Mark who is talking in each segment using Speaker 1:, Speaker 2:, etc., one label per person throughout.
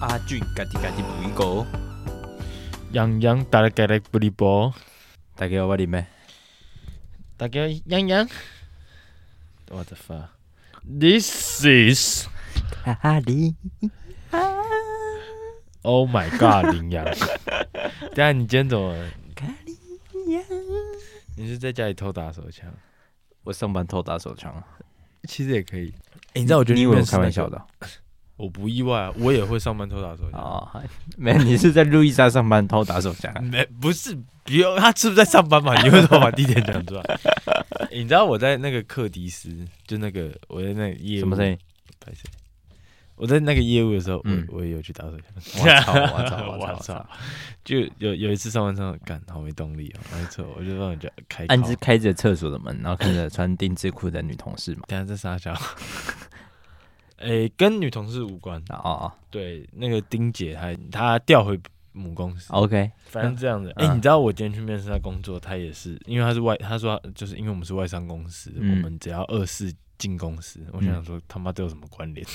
Speaker 1: 阿俊，家己家己补一个。
Speaker 2: 洋洋打了改来不离波，
Speaker 1: 大家好，我林咩？
Speaker 2: 大家洋洋。What the fuck? This is
Speaker 1: 阿林，
Speaker 2: Oh my God，羚 羊。等下你今天怎么了？你是在家里偷打手枪？
Speaker 1: 我上班偷打手枪。
Speaker 2: 其实也可以。欸、你知道，我觉得
Speaker 1: 你以
Speaker 2: 日
Speaker 1: 为
Speaker 2: 本
Speaker 1: 我
Speaker 2: 是
Speaker 1: 开玩
Speaker 2: 那个
Speaker 1: 笑的？
Speaker 2: 我不意外、啊，我也会上班偷打手枪。
Speaker 1: 哦，还没，你是在路易莎上班偷打手枪啊？
Speaker 2: 没，不是，不用，他是不是在上班嘛？你为什么把地点讲出来？ 欸你知道我在那个克迪斯，就那个我在那个业务
Speaker 1: 什么声音？
Speaker 2: 拍谁？我在那个业务的时候，
Speaker 1: 嗯
Speaker 2: 我我也有去打手枪，
Speaker 1: 我操！ 我操！我
Speaker 2: 我
Speaker 1: 操！
Speaker 2: 操
Speaker 1: 操！
Speaker 2: 就有有一次上完上，干好没动力哦，没错，我就让人家开
Speaker 1: 暗
Speaker 2: 靠
Speaker 1: 自开着厕所的门，然后看着穿丁字裤的女同事嘛。
Speaker 2: 等下这傻笑。 诶、跟女同事无关。
Speaker 1: 哦哦
Speaker 2: 对，那个丁姐她她调回母公司，
Speaker 1: ，OK，
Speaker 2: 反正这样的。诶、
Speaker 1: 嗯
Speaker 2: 你知道我今天去面试她工作，她也是，因为她是外，她说她就是因为我们是外商公司，
Speaker 1: 嗯
Speaker 2: 我们只要二四进公司。我
Speaker 1: 嗯
Speaker 2: 想说他妈都有什么关 联？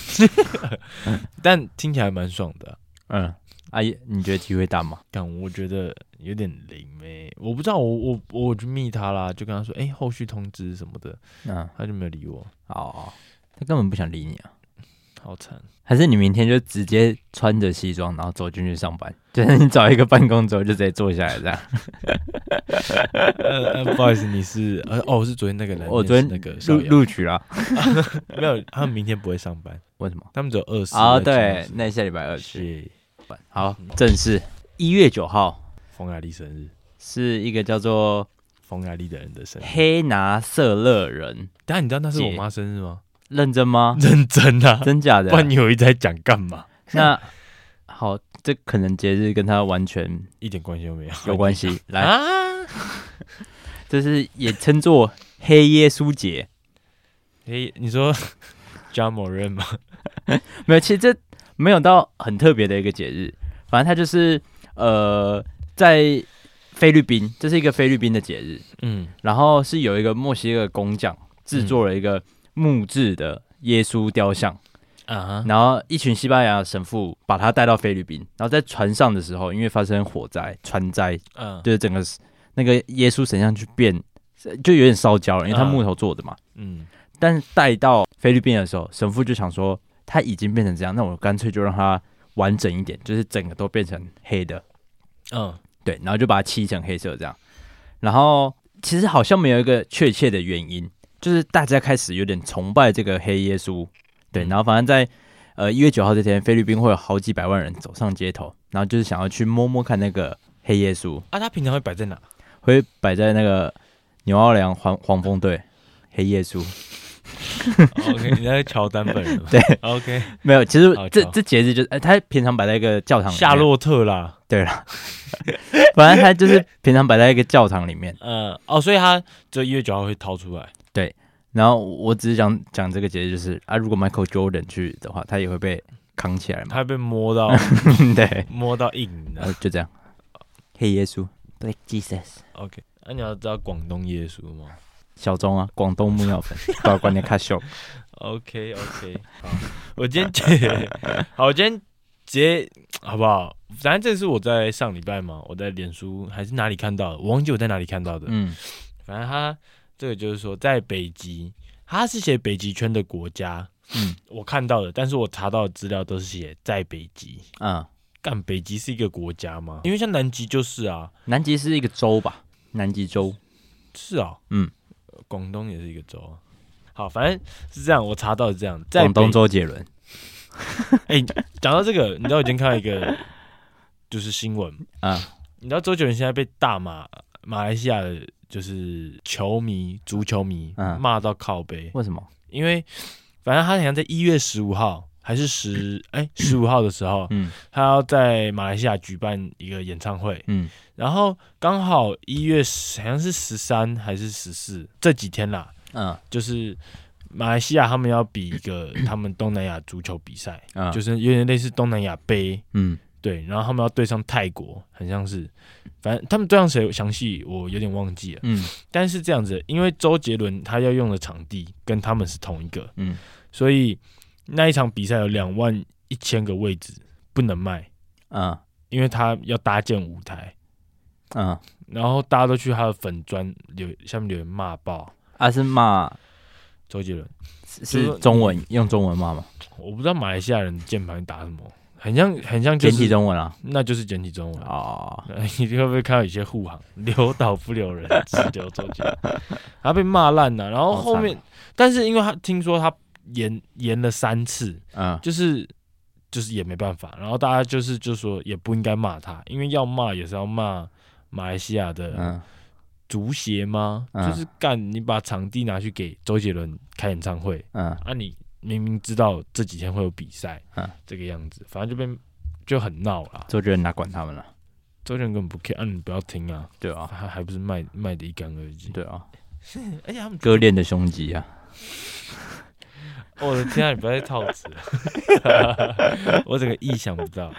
Speaker 2: 但听起来蛮爽的啊、
Speaker 1: 嗯，阿姨，你觉得机会大吗？
Speaker 2: 但我觉得有点灵诶、我不知道，我我我去密他啦，就跟他说，诶、后续通知什么的，
Speaker 1: 嗯，
Speaker 2: 他就没有理我，
Speaker 1: 哦哦，他根本不想理你啊。
Speaker 2: 好惨。
Speaker 1: 还是你明天就直接穿着西装，然后走进去上班？就是你找一个办公桌就直接坐下来这 样。
Speaker 2: 呃，呃不好意思，你是呃哦，我是昨天那个人，
Speaker 1: 我昨天
Speaker 2: 那个
Speaker 1: 录
Speaker 2: 邵阳
Speaker 1: 录取了，
Speaker 2: 没有，他们明天不会上班，
Speaker 1: 为什么？
Speaker 2: 他们只有二十
Speaker 1: 啊、对，那下礼拜二去。
Speaker 2: 是
Speaker 1: 好，正式一月九号
Speaker 2: 冯亚丽生日，
Speaker 1: 是一个叫做
Speaker 2: 冯亚丽的人的生日。
Speaker 1: 黑拿瑟勒人，
Speaker 2: 但你知道那是我
Speaker 1: 姐
Speaker 2: 妈生日吗？
Speaker 1: 认真 吗？
Speaker 2: 认真啊，
Speaker 1: 真假的
Speaker 2: 不？然你有一直在讲干嘛？
Speaker 1: 那好，这可能节日跟他完全
Speaker 2: 一点关系都没有，
Speaker 1: 有关系。来，
Speaker 2: 啊？
Speaker 1: 这是也称作黑耶稣节。
Speaker 2: 诶，你说 加某人吗？
Speaker 1: 没有，其实这没有到很特别的一个节日，反正它就是呃，在菲律宾，这是一个菲律宾的节日，
Speaker 2: 嗯，
Speaker 1: 然后是有一个墨西哥工匠制作了一个木质的耶稣雕像，
Speaker 2: 啊，
Speaker 1: 然后一群西班牙神父把他带到菲律宾，然后在船上的时候，因为发生火灾、船灾，
Speaker 2: 嗯，
Speaker 1: 就是整个那个耶稣神像去变，就有点烧焦了，因为它
Speaker 2: 嗯
Speaker 1: 木头做的嘛。
Speaker 2: 嗯，
Speaker 1: 但是带到菲律宾的时候，神父就想说他已经变成这样，那我干脆就让它完整一点，就是整个都变成黑的，
Speaker 2: 嗯，
Speaker 1: 对，然后就把它漆成黑色这样。然后其实好像没有一个确切的原因，就是大家开始有点崇拜这个黑耶稣，对，
Speaker 2: 嗯
Speaker 1: 然后反正在呃一月九号这天，菲律宾会有好几百万人走上街头，然后就是想要去摸摸看那个黑耶稣，
Speaker 2: 啊，他平常会摆在 哪？
Speaker 1: 会摆在那个纽奥良黄黄蜂队黑耶稣。
Speaker 2: 哦 OK，你在乔 丹本人吗？对，OK，
Speaker 1: 没有，其实
Speaker 2: 好
Speaker 1: 这
Speaker 2: 巧
Speaker 1: 这节日就是，呃，他平常摆在一个教堂里面
Speaker 2: 夏，洛特啦，
Speaker 1: 反正他就是平常摆在一个教堂里面。
Speaker 2: 嗯，哦，所以他这一月九号会掏出来，
Speaker 1: 然后我只是想讲这个节日，就是啊，如果 Michael Jordan 去的话，他也会被扛起来嘛。
Speaker 2: 他被 摸到
Speaker 1: 对，
Speaker 2: 摸到硬
Speaker 1: 然
Speaker 2: 的
Speaker 1: 后。就这样。黑耶稣，Black Jesus，
Speaker 2: OK，那、啊你要知道广东耶稣吗
Speaker 1: 小钟啊，广东木 料粉，把关键看秀。
Speaker 2: ？OK OK，好，我今 天接，好，我今天直接好不好？反正这是我在上礼拜嘛，我在脸书还是哪里看到的，我忘记我在哪里看到的。
Speaker 1: 嗯
Speaker 2: 反正他这个就是说，在北极，他是写北极圈的国家，
Speaker 1: 嗯
Speaker 2: 我看到的，但是我查到的资料都是写在北极。
Speaker 1: 嗯，
Speaker 2: 干，北极是一个国家吗？因为像南极就是啊，
Speaker 1: 南极是一个州吧？南极洲。
Speaker 2: 是啊，
Speaker 1: 嗯
Speaker 2: 呃，广东也是一个州啊。好，反正是这样，我查到的是这样，在
Speaker 1: 广东
Speaker 2: 北
Speaker 1: 周杰伦。
Speaker 2: 哎，讲到这个，你知道我今天看到一个就是新闻
Speaker 1: 啊
Speaker 2: 你知道周杰伦现在被大马马来西亚的就是球迷、足球迷
Speaker 1: 嗯
Speaker 2: 骂到靠背，
Speaker 1: 为什么？
Speaker 2: 因为反正他好像在一月十五号还是十哎十五号的时候，
Speaker 1: 嗯
Speaker 2: 他要在马来西亚举办一个演唱会，
Speaker 1: 嗯
Speaker 2: 然后刚好一月10好像是十三还是十四这几天啦，
Speaker 1: 嗯
Speaker 2: 就是马来西亚他们要比一个他们东南亚足球比赛，
Speaker 1: 嗯，
Speaker 2: 就是是有点类似东南亚杯，
Speaker 1: 嗯
Speaker 2: 对，然后他们要对上泰国，很像是，反正他们对上谁详细我有点忘记了，
Speaker 1: 嗯
Speaker 2: 但是这样子，因为周杰伦他要用的场地跟他们是同一个，
Speaker 1: 嗯，
Speaker 2: 所以那一场比赛有两万一千个位置，不不能卖，
Speaker 1: 嗯
Speaker 2: 因为他要搭建舞台，
Speaker 1: 嗯，
Speaker 2: 然后大家都去他的粉砖留下面留言骂爆
Speaker 1: 啊是骂
Speaker 2: 周杰伦。
Speaker 1: 是
Speaker 2: 就是说
Speaker 1: 是中文用中文骂吗？
Speaker 2: 我不知道马来西亚人键盘打什么，很像很像就
Speaker 1: 简体
Speaker 2: 是
Speaker 1: 中文啊？
Speaker 2: 那就是简体中文。
Speaker 1: 哦，
Speaker 2: 你会不会看到有些护 航留岛不留人，只留周杰伦？他被骂烂了，然后
Speaker 1: 好
Speaker 2: 后
Speaker 1: 惨哦
Speaker 2: 面，但是因为他听说他延延了三次，
Speaker 1: 嗯
Speaker 2: 就是就是也没办法，然后大家就是就说也不应该骂他，因为要骂也是要骂马来西亚的
Speaker 1: 嗯
Speaker 2: 足协吗？
Speaker 1: 嗯
Speaker 2: 就是干你把场地拿去给周杰伦开演唱会
Speaker 1: 嗯
Speaker 2: 啊，你明明知道这几天会有比赛，
Speaker 1: 嗯
Speaker 2: 这个样子，反正就被就很闹啦。
Speaker 1: 周杰伦哪管他们了？
Speaker 2: 周杰伦根本不 care，啊，你不要听啊，
Speaker 1: 对啊，
Speaker 2: 他还不是卖卖的一干二净。
Speaker 1: 对啊，
Speaker 2: 而且他们
Speaker 1: 割裂的胸肌啊，
Speaker 2: 哦我的天啊，你不要再套 词了，我整个意想不到。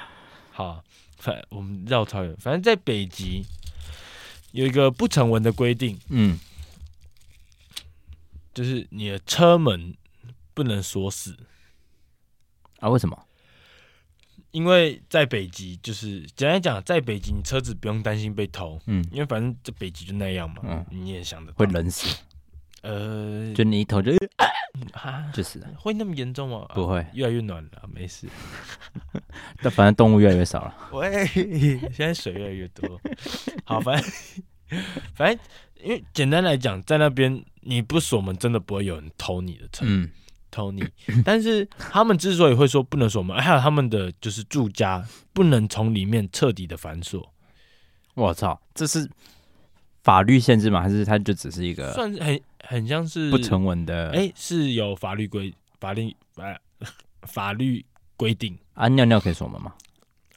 Speaker 2: 好，反我们绕超远，反正在北极有一个不成文的规定，
Speaker 1: 嗯
Speaker 2: 就是你的车门不能锁死，
Speaker 1: 啊，为什么？
Speaker 2: 因为在北极就是简单讲，在北极你车子不用担心被偷，
Speaker 1: 嗯，
Speaker 2: 因为反正这北极就那样嘛，
Speaker 1: 嗯
Speaker 2: 你也想得到
Speaker 1: 会冷死，
Speaker 2: 呃，
Speaker 1: 就你一头就
Speaker 2: 啊，
Speaker 1: 就死了，
Speaker 2: 会那么严重吗？
Speaker 1: 不
Speaker 2: 啊
Speaker 1: 会，
Speaker 2: 越来越暖了，没事。
Speaker 1: 但反正动物越来越少了。
Speaker 2: 喂， 现在水越来越多。好，反正反正，因为简单来讲，在那边你不锁门，真的不会有人偷你的车，
Speaker 1: 嗯
Speaker 2: 偷你。但是他们之所以会说不能锁门，还有他们的就是住家不能从里面彻底的反锁，
Speaker 1: 我操，这是法律限制吗？还是它就只是一个
Speaker 2: 算是很很像是
Speaker 1: 啊不成文的？
Speaker 2: 哎、是有法律规法律法法律规定。
Speaker 1: 啊，尿尿可以锁门吗？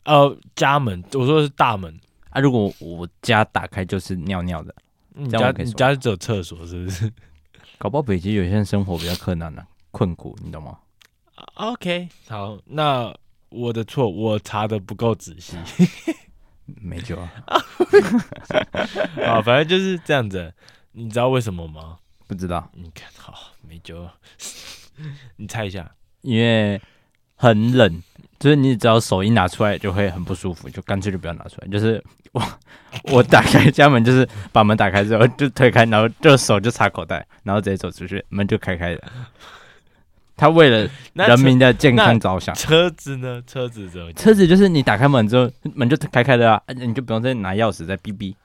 Speaker 2: 呃，家门，我说的是大门，
Speaker 1: 啊，如果我家打开就是尿尿的，
Speaker 2: 你
Speaker 1: 这样
Speaker 2: 嗯家
Speaker 1: 我可以
Speaker 2: 你
Speaker 1: 锁
Speaker 2: 家只有厕所是不是？
Speaker 1: 搞不好北极有些人生活比较困难呢、困苦，你懂吗？
Speaker 2: OK，好，那我的错，我查的不够仔细
Speaker 1: 没救啊，
Speaker 2: 啊，反正就是这样子。你知道为什么吗？
Speaker 1: 不知道，
Speaker 2: 你看，好，没救了。 你猜一下，
Speaker 1: 因为很冷，就是你只要手一拿出来就会很不舒服，就干脆就不要拿出来。就是我 我打开家门，就是把门打开之后就推开，然后就手就插口袋，然后直接走出去，门就开开的。他为了
Speaker 2: 那
Speaker 1: 人民的健
Speaker 2: 那
Speaker 1: 康着想，
Speaker 2: 车车子呢？车子怎么讲？
Speaker 1: 车子就是你打开门之后，门就开开的啊，啊你就不用再拿钥匙再哔哔，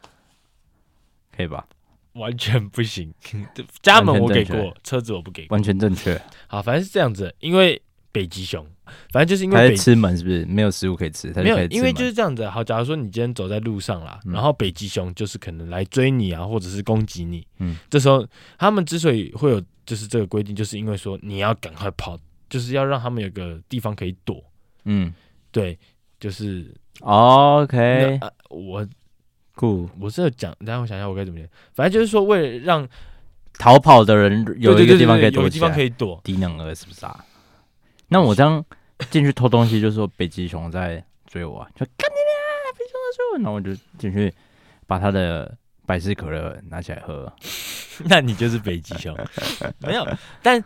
Speaker 1: 可以吧？
Speaker 2: 完全不行。 家门我给
Speaker 1: 完全正
Speaker 2: 过，车子我不给过。
Speaker 1: 完全正确。
Speaker 2: 好，反正是这样子，因为北极熊，反正就是因
Speaker 1: 他
Speaker 2: 为
Speaker 1: 在
Speaker 2: 北
Speaker 1: 吃门是不是？没有食物可以吃，他
Speaker 2: 没
Speaker 1: 就
Speaker 2: 有
Speaker 1: 开始，吃
Speaker 2: 因为
Speaker 1: 门。
Speaker 2: 就是这样子。好，假如说你今天走在路上啦，
Speaker 1: 嗯
Speaker 2: 然后北极熊就是可能来追你啊，或者是攻击你。
Speaker 1: 嗯
Speaker 2: 这时候他们之所以会有就是这个规定，就是因为说你要赶快跑，就是要让他们有个地方可以躲。
Speaker 1: 嗯
Speaker 2: 对，就是
Speaker 1: ，OK，
Speaker 2: 那呃我
Speaker 1: 酷。
Speaker 2: 我是有讲，然后我想一下我该怎么讲。反正就是说，为了让
Speaker 1: 逃跑的人有
Speaker 2: 对
Speaker 1: 一
Speaker 2: 对
Speaker 1: 个
Speaker 2: 对
Speaker 1: 地方
Speaker 2: 对
Speaker 1: 可以
Speaker 2: 有
Speaker 1: 躲
Speaker 2: 个
Speaker 1: 起
Speaker 2: 地
Speaker 1: 来
Speaker 2: 方，可以躲，
Speaker 1: 低能儿是不是啊？那我这样进去偷东西，就说北极熊在追我啊，就干你啊，北极熊在追我，然后我就进去把他的百事可乐拿起来喝。
Speaker 2: 那你就是北极熊。 没有，但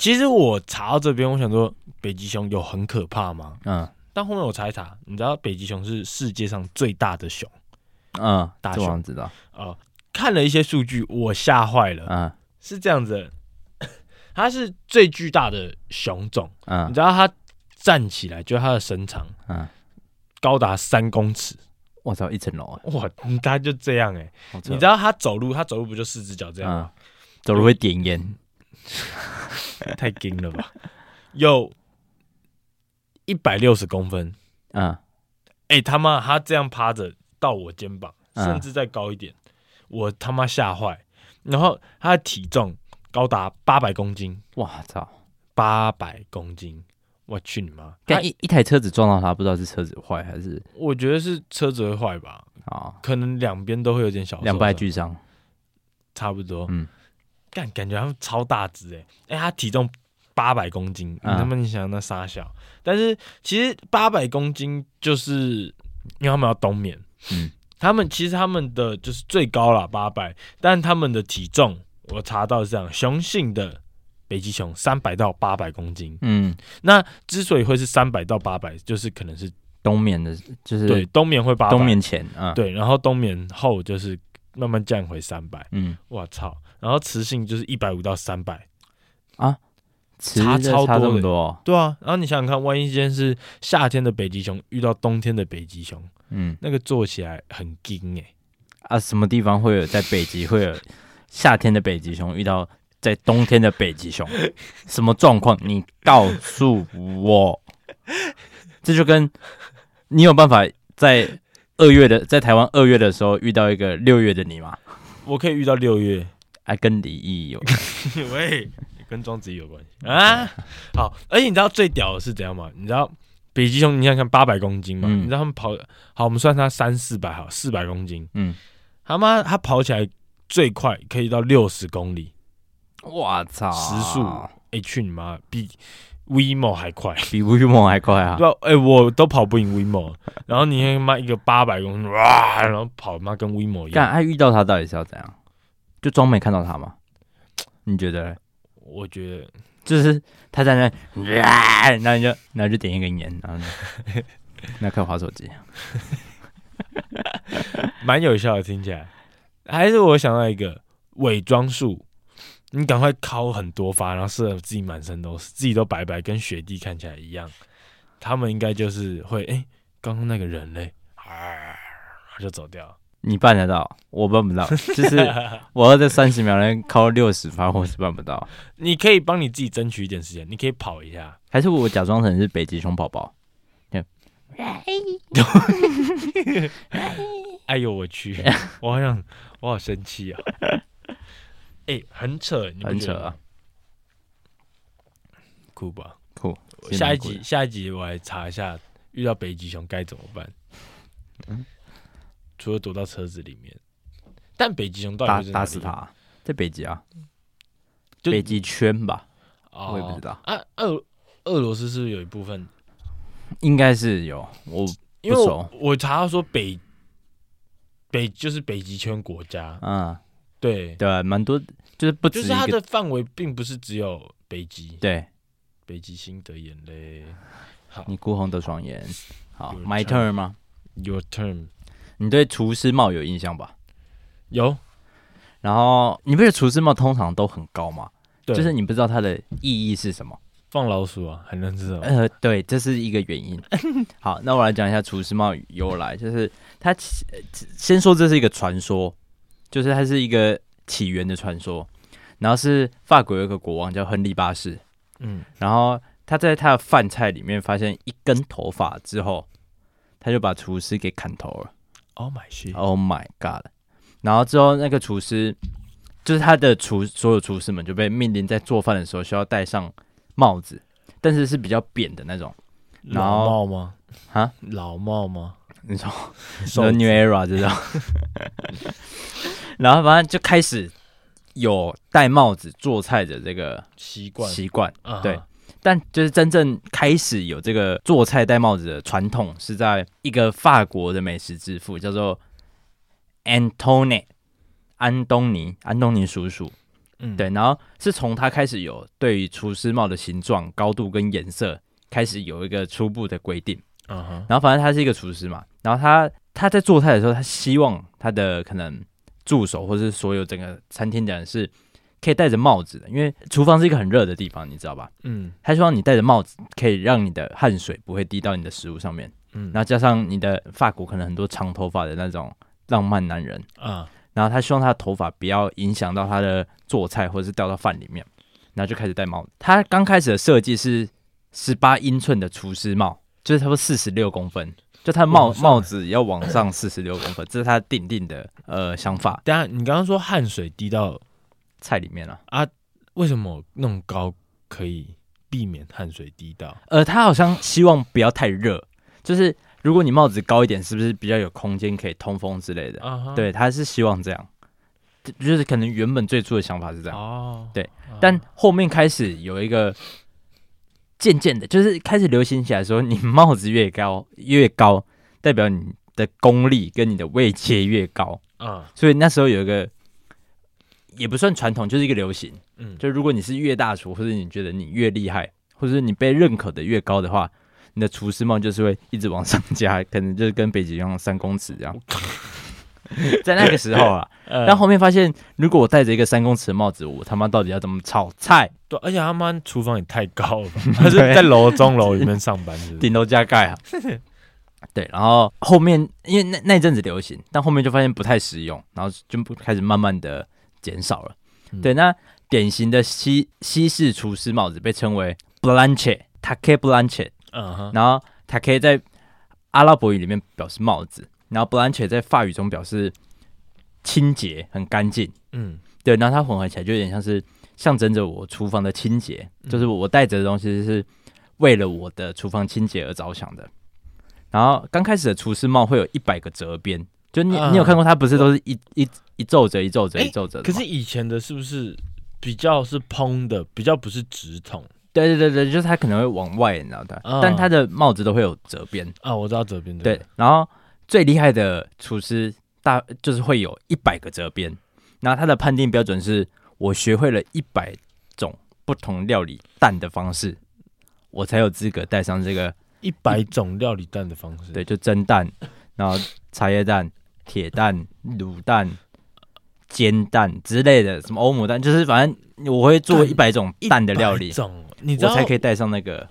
Speaker 2: 其实我查到这边，我想说北极熊有很可怕吗？
Speaker 1: 嗯
Speaker 2: 但后面我查一查，你知道北极熊是世界上最大的熊
Speaker 1: 嗯，
Speaker 2: 大
Speaker 1: 这
Speaker 2: 熊
Speaker 1: 我好像知道。
Speaker 2: 哦、看了一些数据，我吓坏了。
Speaker 1: 嗯
Speaker 2: 是这样子的，它是最巨大的熊种，你
Speaker 1: 嗯
Speaker 2: 知道它站起来就是它的身长
Speaker 1: 嗯，
Speaker 2: 高达三公尺，
Speaker 1: 我操，一层楼啊，
Speaker 2: 哇，它就这样哎、啊
Speaker 1: 好扯
Speaker 2: 你知道它走路，它走路不就四只脚这样
Speaker 1: 嗯
Speaker 2: 吗？，
Speaker 1: 走路会点烟，嗯
Speaker 2: 太惊了吧！有一百六十公分，
Speaker 1: 嗯
Speaker 2: 哎、他妈，它这样趴着到我肩膀，
Speaker 1: 嗯
Speaker 2: 甚至再高一点，我他妈吓坏。然后它的体重高达八百公斤，
Speaker 1: 哇操，
Speaker 2: 八百公斤，我去你妈！它
Speaker 1: 但一一台车子撞到他，不知道是车子坏还是
Speaker 2: 我觉得是车子会坏吧，
Speaker 1: 啊
Speaker 2: 可能两边都会有点小受伤
Speaker 1: 两败俱伤。
Speaker 2: 差不多。
Speaker 1: 嗯
Speaker 2: 干感觉他们超大只哎、哎、他体重八百公斤，你
Speaker 1: 啊
Speaker 2: 他妈你想那傻小，但是其实八百公斤就是因为他们要冬眠，
Speaker 1: 嗯
Speaker 2: 他们其实他们的就是最高啦八百，但他们的体重我查到是这样，雄性的北极熊三百到八百公斤，
Speaker 1: 嗯
Speaker 2: 那之所以会是三百到八百，就是可能是
Speaker 1: 冬眠的，就是
Speaker 2: 对，冬眠会八百，
Speaker 1: 冬眠前啊，，
Speaker 2: 对，然后冬眠后就是慢慢降回三百，
Speaker 1: 嗯
Speaker 2: 我操，然后雌性就是一百五到三百，
Speaker 1: 啊，雌
Speaker 2: 差
Speaker 1: 的
Speaker 2: 超
Speaker 1: 差
Speaker 2: 多
Speaker 1: 这么
Speaker 2: 的
Speaker 1: 多哦，
Speaker 2: 对啊，然后你想想看，万一今天是夏天的北极熊遇到冬天的北极熊，
Speaker 1: 嗯
Speaker 2: 那个做起来很惊哎、
Speaker 1: 啊，什么地方会有在北极会有夏天的北极熊遇到在冬天的北极熊，什么状况？你告诉我，这就跟你有办法在二月的在台湾二月的时候遇到一个六月的你吗？
Speaker 2: 我可以遇到六月，
Speaker 1: 啊，跟离异有
Speaker 2: 喂，跟庄子怡有关系啊。好，而且你知道最屌的是怎样吗？你知道北极熊，你想想看八百公斤嘛，
Speaker 1: 嗯
Speaker 2: 你知道他们跑，好，我们算它三四百，好，四百公斤，
Speaker 1: 嗯，
Speaker 2: 他妈它跑起来最快可以到六十公里
Speaker 1: 我操，
Speaker 2: 时速，哎、去你妈，比 WeMo 还快。
Speaker 1: 比乌梦还快啊！
Speaker 2: 对啊，哎、我都跑不赢 WeMo，然后你他妈一个八百公斤，哇，然后跑妈跟 WeMo 一
Speaker 1: 干，
Speaker 2: 样，
Speaker 1: 他遇到他到底是要怎样？就装没看到他吗？你觉得嘞？
Speaker 2: 我觉得
Speaker 1: 就是他在那，然后你就然后就点一根烟，然后 呢那看滑手机。
Speaker 2: 蛮有效的，听起来。还是我想到一个伪装术，你赶快敲很多发，然后射得自己满身都是，自己都白白跟雪地看起来一样。他们应该就是会，哎、刚刚那个人嘞，啊，就走掉了。
Speaker 1: 你办得到，我办不到。就是我要在三十秒内靠六十发，我是办不到。
Speaker 2: 你可以帮你自己争取一点时间，你可以跑一下，
Speaker 1: 还是我假装成是北极熊宝宝，
Speaker 2: 哎呦我 去，我好想，我好生气啊！ 哎、很扯，你不
Speaker 1: 很
Speaker 2: 觉
Speaker 1: 扯
Speaker 2: 得
Speaker 1: 啊
Speaker 2: 吗，！酷吧？
Speaker 1: 酷。是
Speaker 2: 下
Speaker 1: 蛮
Speaker 2: 一
Speaker 1: 酷的
Speaker 2: 集，下一集我来查一下，遇到北极熊该怎么办？
Speaker 1: 嗯
Speaker 2: 除了躲到车子里面，但北极熊到底
Speaker 1: 打
Speaker 2: 会在哪
Speaker 1: 打
Speaker 2: 里
Speaker 1: 死他，啊，在北极啊，
Speaker 2: 就
Speaker 1: 北极圈吧，
Speaker 2: 哦
Speaker 1: 我也不知道，
Speaker 2: 啊，俄俄罗斯是不是有一部分？
Speaker 1: 应该是有我
Speaker 2: 因为
Speaker 1: 不
Speaker 2: 我
Speaker 1: 熟
Speaker 2: 我查到说北北就是北极圈国家，
Speaker 1: 嗯，
Speaker 2: 对，
Speaker 1: 对啊，蛮多，就是不止一
Speaker 2: 就是它
Speaker 1: 个，
Speaker 2: 的范围并不是只有北极，
Speaker 1: 对
Speaker 2: 北极星的眼泪。好
Speaker 1: 你哭红的双眼。好
Speaker 2: 有
Speaker 1: ，My
Speaker 2: 差
Speaker 1: turn 吗？
Speaker 2: ，Your turn
Speaker 1: 你对厨师帽有印象吧？
Speaker 2: 有，
Speaker 1: 然后你不觉得厨师帽通常都很高吗？
Speaker 2: 对，
Speaker 1: 就是你不知道它的意义是什么。
Speaker 2: 放老鼠啊，很认真哦。
Speaker 1: 呃，对，这是一个原因。好，那我来讲一下厨师帽由来，就是它起呃先说这是一个传说，就是它是一个起源的传说，然后是法国有一个国王叫亨利八世，
Speaker 2: 嗯，
Speaker 1: 然后他在他的饭菜里面发现一根头发之后，他就把厨师给砍头了。
Speaker 2: Oh my shit，
Speaker 1: Oh my god！然后之后那个厨师，就是他的厨所有厨师们就被命令在做饭的时候需要戴上帽子，但是是比较扁的那种。然后
Speaker 2: 老帽吗？
Speaker 1: 哈，
Speaker 2: 老帽吗？
Speaker 1: 你说
Speaker 2: 手
Speaker 1: The New Era 这种， 然后反正就开始有戴帽子做菜的这个
Speaker 2: 习惯，
Speaker 1: 习惯，
Speaker 2: 啊哈
Speaker 1: 对但就是真正开始有这个做菜戴帽子的传统，是在一个法国的美食之父叫做 Antone 安东尼安东尼叔叔，
Speaker 2: 嗯，
Speaker 1: 对，然后是从他开始有对于厨师帽的形状、高度跟颜色开始有一个初步的规定。
Speaker 2: 嗯哼，
Speaker 1: 然后反正他是一个厨师嘛，然后他他在做菜的时候，他希望他的可能助手或是所有整个餐厅的人是可以戴着帽子的，因为厨房是一个很热的地方，你知道吧？
Speaker 2: 嗯
Speaker 1: 他希望你戴着帽子可以让你的汗水不会滴到你的食物上面，
Speaker 2: 嗯，
Speaker 1: 然后加上你的发国可能很多长头发的那种浪漫男人，
Speaker 2: 啊，
Speaker 1: 然后他希望他的头发不要影响到他的做菜或者是掉到饭里面，然后就开始戴帽子。他刚开始的设计是十八英寸的厨师帽，就是差不多四十六公分，就他的帽
Speaker 2: 往上
Speaker 1: 帽子要往上四十六公分，这是他定定的呃想法
Speaker 2: 等一下你刚刚说汗水滴到，
Speaker 1: 菜里面了、啊。
Speaker 2: 为什么弄高可以避免汗水滴到？
Speaker 1: 呃，他好像希望不要太热，就是如果你帽子高一点，是不是比较有空间可以通风之类的？
Speaker 2: 啊哈，
Speaker 1: 对，他是希望这样，就就是可能原本最初的想法是这样，
Speaker 2: 哦，
Speaker 1: 对
Speaker 2: 啊，
Speaker 1: 但后面开始有一个渐渐的，就是开始流行起来说，你帽子越高越高，代表你的功呃力跟你的位阶越高，
Speaker 2: 啊，
Speaker 1: 所以那时候有一个。也不算传统，就是一个流行。
Speaker 2: 嗯，
Speaker 1: 就如果你是越大厨，或者你觉得你越厉害，或者是你被认可的越高的话，你的厨师帽就是会一直往上加，可能就是跟北极洋三公尺这样。在那个时候啊，
Speaker 2: 呃
Speaker 1: 但后面发现，如果我戴着一个三公尺的帽子，我他妈到底要怎么炒菜？
Speaker 2: 对，而且他妈厨房也太高了吧， 他是在楼中楼里面上班是不 是
Speaker 1: 顶楼加盖啊。 对，然后后面因为那那一阵子流行，但后面就发现不太实用，然后就不开始慢慢的减少了。
Speaker 2: 嗯
Speaker 1: 对，那典型的西西式厨师帽子被称为 blanche take blanche，
Speaker 2: 嗯哼，
Speaker 1: 然后 take 在阿拉伯语里面表示帽子，然后 blanche 在法语中表示清洁、很干净。
Speaker 2: 嗯
Speaker 1: 对，然后它混合起来就有点像是象征着我厨房的清洁，
Speaker 2: 嗯
Speaker 1: 就是我带着的东西是为了我的厨房清洁而着想的。然后刚开始的厨师帽会有一百个折边，就你、你有看过它不是都是一一一皱褶一皱褶
Speaker 2: 啊诶
Speaker 1: 一皱褶的
Speaker 2: 可
Speaker 1: 吗
Speaker 2: 是以前的是不是比较是蓬的，比较不是直筒
Speaker 1: 对对对对，就是它可能会往外，你知道的，
Speaker 2: 嗯
Speaker 1: 但它的帽子都会有折边。
Speaker 2: 啊？我知道这边的，
Speaker 1: 对，然后最厉害的厨师大就是会有一百个折边，然后他的判定标准是我学会了一百种不同料理蛋的方式，我才有资格带上这个
Speaker 2: 一百种料理蛋的方式，
Speaker 1: 对，就蒸蛋，然后茶叶蛋、铁蛋、卤蛋、煎蛋之类的，什么欧姆蛋，就是反正我会做一百种蛋的料理
Speaker 2: 100，种你知
Speaker 1: 我
Speaker 2: 道
Speaker 1: 才可以带上那个。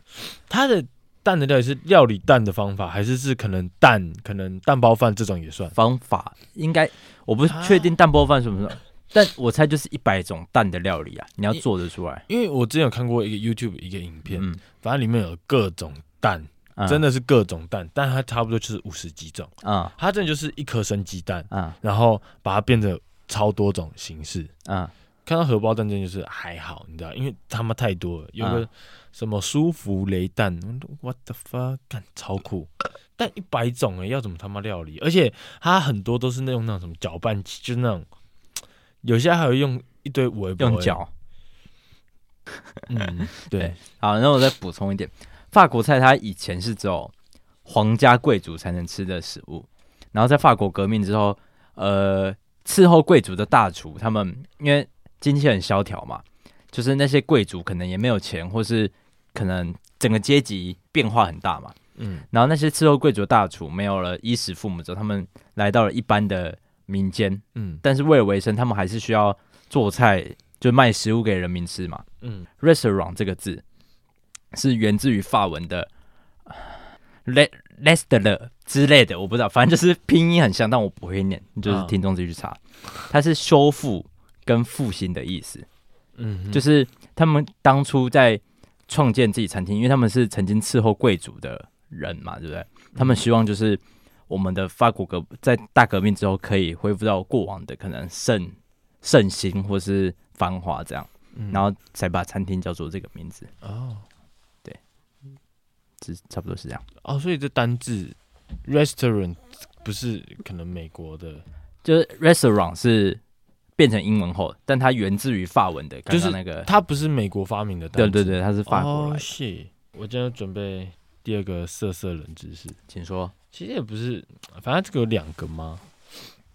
Speaker 2: 它的蛋的料理是料理蛋的方法，还是是可能蛋可能蛋包饭这种也算？
Speaker 1: 方法，应该我不确
Speaker 2: 啊
Speaker 1: 定蛋包饭什么时候，但我猜就是一百种蛋的料理啊，你要做得出来。
Speaker 2: 因为我之前有看过一个 YouTube 一个影片，
Speaker 1: 嗯，
Speaker 2: 反正里面有各种蛋，真
Speaker 1: 的
Speaker 2: 的是各种蛋，但它差不多就是五十几种，
Speaker 1: 啊
Speaker 2: 它真的就是一颗生鸡蛋，
Speaker 1: 啊
Speaker 2: 然后把它变成超多种形式。
Speaker 1: 啊！
Speaker 2: 看到荷包蛋真的就是还好，你知道，因为他妈太多了，有个
Speaker 1: 嗯
Speaker 2: 什么舒芙蕾蛋，what the fuck，干超酷，但一百种哎、要怎么他妈料理？而且它很多都是那种那种什么搅拌器，就是那种，有些还会用一堆微波
Speaker 1: 用，脚。
Speaker 2: 嗯，对，
Speaker 1: 好，那我再补充一点，法国菜它以前是只有皇家贵族才能吃的食物，然后在法国革命之后，呃，伺候贵族的大厨他们因为经济很萧条嘛，就是那些贵族可能也没有钱，或是可能整个阶级变化很大嘛，
Speaker 2: 嗯
Speaker 1: 然后那些伺候贵族的大厨没有了衣食父母之后，他们来到了一般的民间，
Speaker 2: 嗯
Speaker 1: 但是为了维生，他们还是需要做菜，就卖食物给人民吃嘛。
Speaker 2: 嗯
Speaker 1: restaurant 这个字是源自于法文的呃 le l e s t e r 之类的，我不知道，反正就是拼音很像，但我不会念，就是
Speaker 2: 嗯
Speaker 1: 听众自己去查。它是修复跟复兴的意思。
Speaker 2: 嗯，
Speaker 1: 就是他们当初在创建自己餐厅，因为他们是曾经伺候贵族的人嘛，对不对？他们希望就是我们的法国革在大革命之后可以恢复到过往的可能盛盛行或是繁华这样，
Speaker 2: 嗯
Speaker 1: 然后才把餐厅叫做这个名字，
Speaker 2: 哦
Speaker 1: 是差不多是这样。
Speaker 2: 哦，所以这单字 restaurant 不是可能美国的，
Speaker 1: 就是 restaurant 是变成英文后，但它源自于法文的，刚
Speaker 2: 就
Speaker 1: 刚
Speaker 2: 是
Speaker 1: 那个，
Speaker 2: 它不是美国发明的单
Speaker 1: 对
Speaker 2: 字，
Speaker 1: 对对，它是法国来
Speaker 2: 哦
Speaker 1: 的，
Speaker 2: 是我今天准备第二个色色冷知识，
Speaker 1: 请说。
Speaker 2: 其实也不是，反正这个有两个嘛，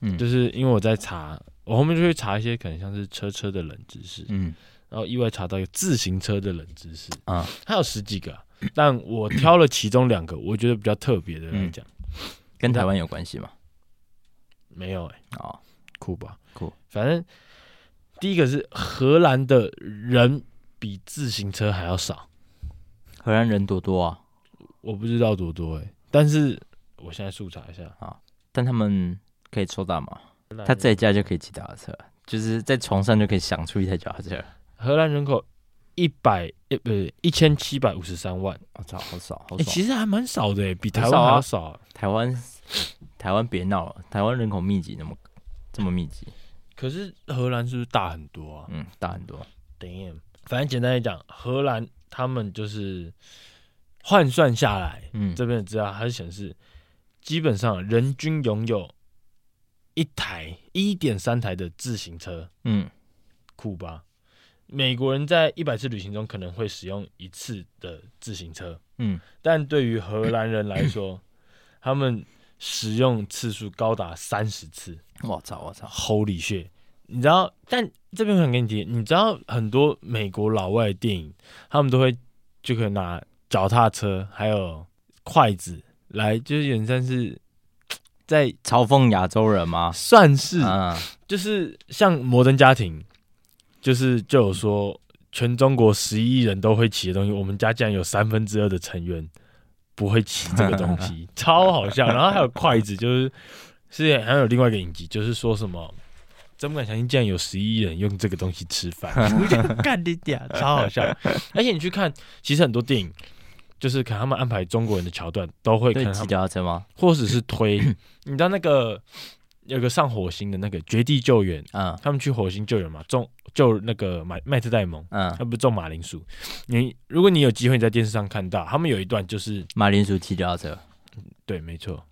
Speaker 1: 嗯，
Speaker 2: 就是因为我在查，我后面就会查一些可能像是车车的冷知识，
Speaker 1: 嗯
Speaker 2: 然后意外查到一个自行车的冷知识，
Speaker 1: 啊
Speaker 2: 它有十几个啊、但我挑了其中两个，我觉得比较特别的来讲，
Speaker 1: 嗯跟台湾有关系吗？
Speaker 2: 没有哎、
Speaker 1: 哦，
Speaker 2: 酷吧？
Speaker 1: 酷，
Speaker 2: 反正第一个是荷兰的人比自行车还要少，
Speaker 1: 荷兰人多多啊。
Speaker 2: 我不知道多多哎、但是我现在速查一下，
Speaker 1: 但他们可以抽大麻，他在家就可以骑脚踏车，就是在床上就可以想出一台脚踏车。
Speaker 2: 荷兰人口一百呃不是一千七百五十三万，
Speaker 1: 我操，好少，好
Speaker 2: 哎、其实还蛮少的、欸，比
Speaker 1: 很
Speaker 2: 台湾
Speaker 1: 少
Speaker 2: 还
Speaker 1: 啊
Speaker 2: 要少、
Speaker 1: 台湾，台湾别闹了，台湾人口密集那么这么密集，
Speaker 2: 可是荷兰是不是大很多啊？
Speaker 1: 嗯，大很多。
Speaker 2: 等一反正简单来讲，荷兰他们就是换算下来，
Speaker 1: 嗯，
Speaker 2: 这边的资料它是显示，基本上人均拥有一台一点三台的自行车，
Speaker 1: 嗯
Speaker 2: 酷吧？美国人在一百次旅行中可能会使用一次的自行车，
Speaker 1: 嗯，
Speaker 2: 但对于荷兰人来说， 他们使用次数高达三十次
Speaker 1: 我操，我操，
Speaker 2: ，Holy shit！你知道，但这边我想跟你提，你知道很多美国老外的电影，他们都会就可以拿脚踏车还有筷子来，就是有点像是在
Speaker 1: 嘲讽亚洲人吗？
Speaker 2: 算是
Speaker 1: 嗯，
Speaker 2: 就是像《摩登家庭》，就是就有说，全中国十一亿人都会骑的东西，我们家竟然有三分之二的成员不会骑这个东西，超好笑。然后还有筷子，就是是还有另外一个影集，就是说什么。真不敢相信，竟然有十一亿人用这个东西吃饭，我就干你点，超好笑。而且你去看，其实很多电影，就是看他们安排中国人的桥段，都会看
Speaker 1: 对，
Speaker 2: 他
Speaker 1: 骑
Speaker 2: 们
Speaker 1: 脚踏车吗？
Speaker 2: 或者是推。你知道那个有个上火星的那个《绝地救援》，
Speaker 1: 嗯
Speaker 2: 他们去火星救援嘛，种救那个麦麦特戴蒙，
Speaker 1: 嗯，
Speaker 2: 他不是种马铃薯。你如果你有机会，你在电视上看到，他们有一段就是
Speaker 1: 马铃薯骑脚踏车，
Speaker 2: 对，没错，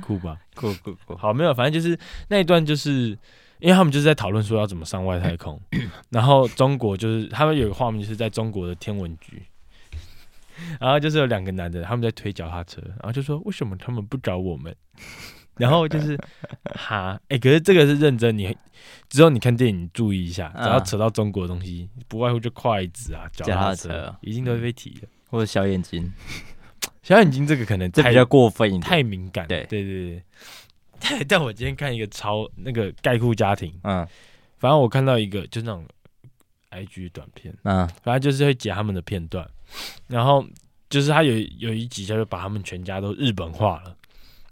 Speaker 2: 酷吧？
Speaker 1: 酷酷酷，
Speaker 2: 好，没有，反正就是那一段，就是因为他们就是在讨论说要怎么上外 太空，然后中国就是他们有个画面就是在中国的天文局，然后就是有两个男的他们在推脚踏车，然后就说为什么他们不找我们？ 然后就是哈，哎、可是这个是认真，你之后你看电影你注意一下，只要
Speaker 1: 嗯
Speaker 2: 扯到中国的东西，不外乎就筷子啊、脚
Speaker 1: 脚
Speaker 2: 踏
Speaker 1: 踏
Speaker 2: 车
Speaker 1: 车，
Speaker 2: 一定都会被提的。
Speaker 1: 或者小眼睛，
Speaker 2: 小眼睛这个可能
Speaker 1: 这
Speaker 2: 太
Speaker 1: 比较过分一点。
Speaker 2: 太敏感了。
Speaker 1: 对
Speaker 2: 对对对。 但我今天看一个超那个概括家庭，
Speaker 1: 嗯
Speaker 2: 反正我看到一个就是那种 IG 短片，
Speaker 1: 嗯
Speaker 2: 反正就是会截他们的片段，然后就是他有有一集他就把他们全家都日本化了，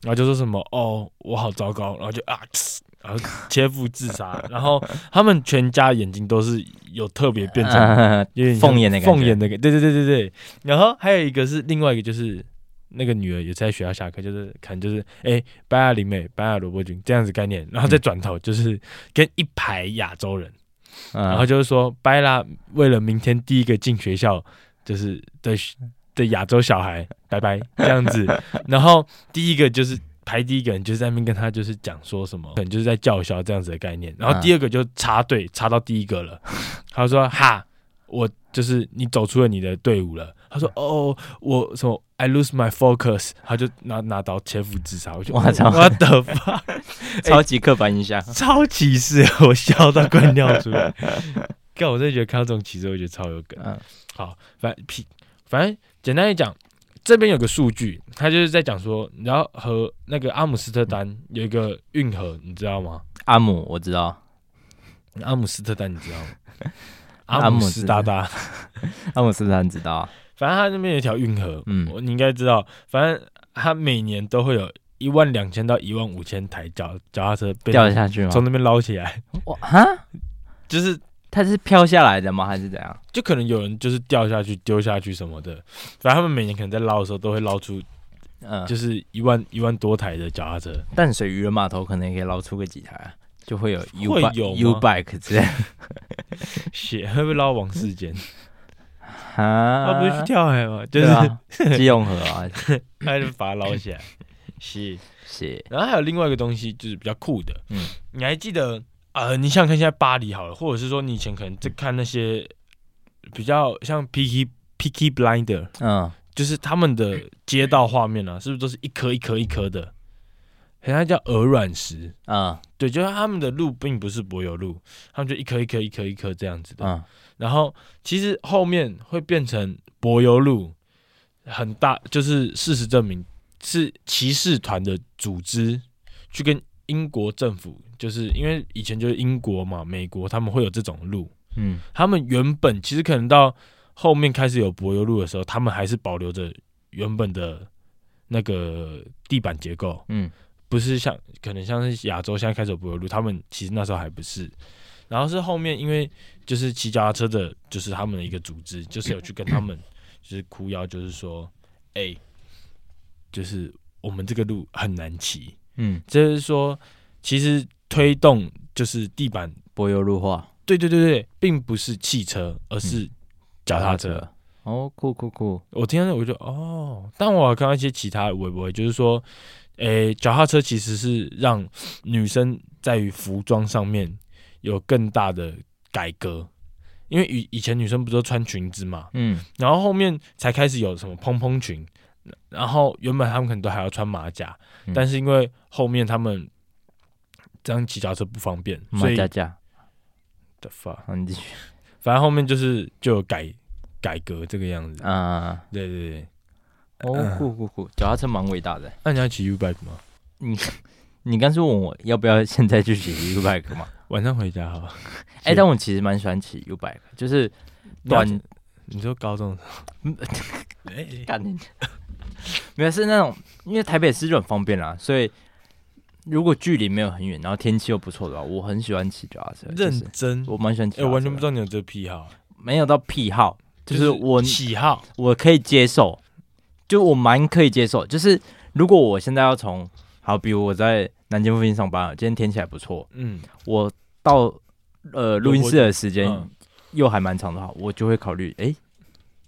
Speaker 2: 然后就说什么哦我好糟糕，然后就啊，嘶然后切腹自杀，然后他们全家眼睛都是有特别变 成
Speaker 1: 嗯，
Speaker 2: 有点像
Speaker 1: 凤眼的感觉
Speaker 2: 凤眼的感，对对对对对。然后还有一个是另外一个就是那个女儿也在学校下课，就是可能就是哎拜亚林美、拜亚萝卜君这样子概念，然后再转头就是跟一排亚洲人，然
Speaker 1: 然
Speaker 2: 后哎就是说拜拉为了明天第一个进学校就是的的亚洲小孩拜拜这样子，然后第一个就是。排第一个人就是在那边跟他就是讲说什么，可能就是在叫嚣这样子的概念，然后
Speaker 1: 嗯
Speaker 2: 第二个就插队插到第一个了，他说哈，我就是你走出了你的队伍了。他说：“哦，我什么？I lose my focus。”他就拿拿刀切腹自杀。我就
Speaker 1: 哇操
Speaker 2: 我的妈，
Speaker 1: 超级刻板印象，
Speaker 2: 超歧视！我笑到快尿出来。看，我真的觉得看到这种歧视，我觉得超有梗。
Speaker 1: 嗯
Speaker 2: 好，反屁，反正简单来讲，这边有个数据，他就是在讲说，你知道和那个阿姆斯特丹有一个运河，你知道吗？
Speaker 1: 阿姆我知道，
Speaker 2: 阿姆斯特丹，你知道吗？
Speaker 1: 阿
Speaker 2: 阿
Speaker 1: 姆
Speaker 2: 姆
Speaker 1: 斯
Speaker 2: 斯
Speaker 1: 特
Speaker 2: 达达，
Speaker 1: 阿姆斯特丹知道，啊
Speaker 2: 反正他那边有一条运河，
Speaker 1: 嗯
Speaker 2: 我你应该知道，反正他每年都会有一万两千到一万五千台脚脚踏车被
Speaker 1: 掉下去吗？
Speaker 2: 从那边捞起来，
Speaker 1: 哇哈，
Speaker 2: 就是
Speaker 1: 它是飘下来的吗？还是怎样？
Speaker 2: 就可能有人就是掉下去丢下去什么的，反正他们每年可能在捞的时候都会捞出
Speaker 1: 嗯，
Speaker 2: 就是一万一万多台的脚 踏车，
Speaker 1: 淡水渔人码头可能也可以捞出个几台啊，就会有 U
Speaker 2: 会
Speaker 1: bike
Speaker 2: 有吗
Speaker 1: U bike 之类 的。
Speaker 2: 血会不会捞王世坚？他
Speaker 1: 啊
Speaker 2: 不是去跳海吗？就是
Speaker 1: 对啊基用河啊，
Speaker 2: 他就把它捞起来。 是，
Speaker 1: 是
Speaker 2: 然后还有另外一个东西就是比较酷的，
Speaker 1: 嗯
Speaker 2: 你还记得呃，你想想看现在巴黎好了，或者是说你以前可能在看那些比较像 Picky Picky Blinder，
Speaker 1: 嗯，
Speaker 2: 就是他们的街道画面啊，是不是都是一颗一颗一颗的？好像叫鹅卵石，
Speaker 1: 嗯
Speaker 2: 对，就是他们的路并不是柏油路，他们就一颗一颗一颗一颗这样子的。
Speaker 1: 嗯
Speaker 2: 然后其实后面会变成柏油路，很大，就是事实证明是骑士团的组织去跟英国政府，就是因为以前就是英国嘛，美国他们会有这种路，
Speaker 1: 嗯，
Speaker 2: 他们原本其实可能到后面开始有柏油路的时候，他们还是保留着原本的那个地板结构，
Speaker 1: 嗯，
Speaker 2: 不是像可能像是亚洲现在开始有柏油路，他们其实那时候还不是。然后是后面因为就是骑脚踏车的，就是他们的一个组织，就是有去跟他们 就是哭腰，就是说，哎、就是我们这个路很难骑，
Speaker 1: 嗯，
Speaker 2: 就是说其实推动就是地板，
Speaker 1: 柏油路化，
Speaker 2: 对对对对，并不是汽车，而是脚踏车。，
Speaker 1: 哦，酷酷酷，
Speaker 2: 我听到我就哦，但我有看到一些其他微博，就是说，诶、脚踏车其实是让女生在于服装上面有更大的改革，因为以以前女生不是都穿裙子嘛，
Speaker 1: 嗯
Speaker 2: 然后后面才开始有什么蓬蓬裙，然后原本他们可能都还要穿马甲，
Speaker 1: 嗯
Speaker 2: 但是因为后面他们这样骑脚踏车不方便，所
Speaker 1: 马
Speaker 2: 以
Speaker 1: 加加，
Speaker 2: 的发，
Speaker 1: 嗯，你继续，
Speaker 2: 反正后面就是就有改改革这个样子，
Speaker 1: 啊，
Speaker 2: 对对对，
Speaker 1: 哦，酷酷酷，脚踏车蛮伟大的。
Speaker 2: 那你要骑 U bike 吗？
Speaker 1: 你刚是问我要不要现在去骑 U bike 吗？
Speaker 2: 晚上回家好吧？
Speaker 1: 哎、但我其实蛮喜欢骑 U bike，就是短
Speaker 2: 你要，你说高中的时候，嗯 哎
Speaker 1: 干的， 没有是那种，因为台北市就很方便啦，所以如果距离没有很远，然后天气又不错的话，我很喜欢骑脚踏车。就
Speaker 2: 认
Speaker 1: 是
Speaker 2: 真，
Speaker 1: 我蛮喜欢骑脚踏车
Speaker 2: 哎，
Speaker 1: 的，
Speaker 2: 我完全不知道你有这个癖好，
Speaker 1: 没有到癖好，就是我
Speaker 2: 喜好，
Speaker 1: 我可以接受，就我蛮可以接受。就是如果我现在要从，好，比如我在南京附近上班，啊今天天气还不错，
Speaker 2: 嗯，我
Speaker 1: 我到呃录音室的时间
Speaker 2: 嗯
Speaker 1: 又还蛮长的话，我就会考虑，诶，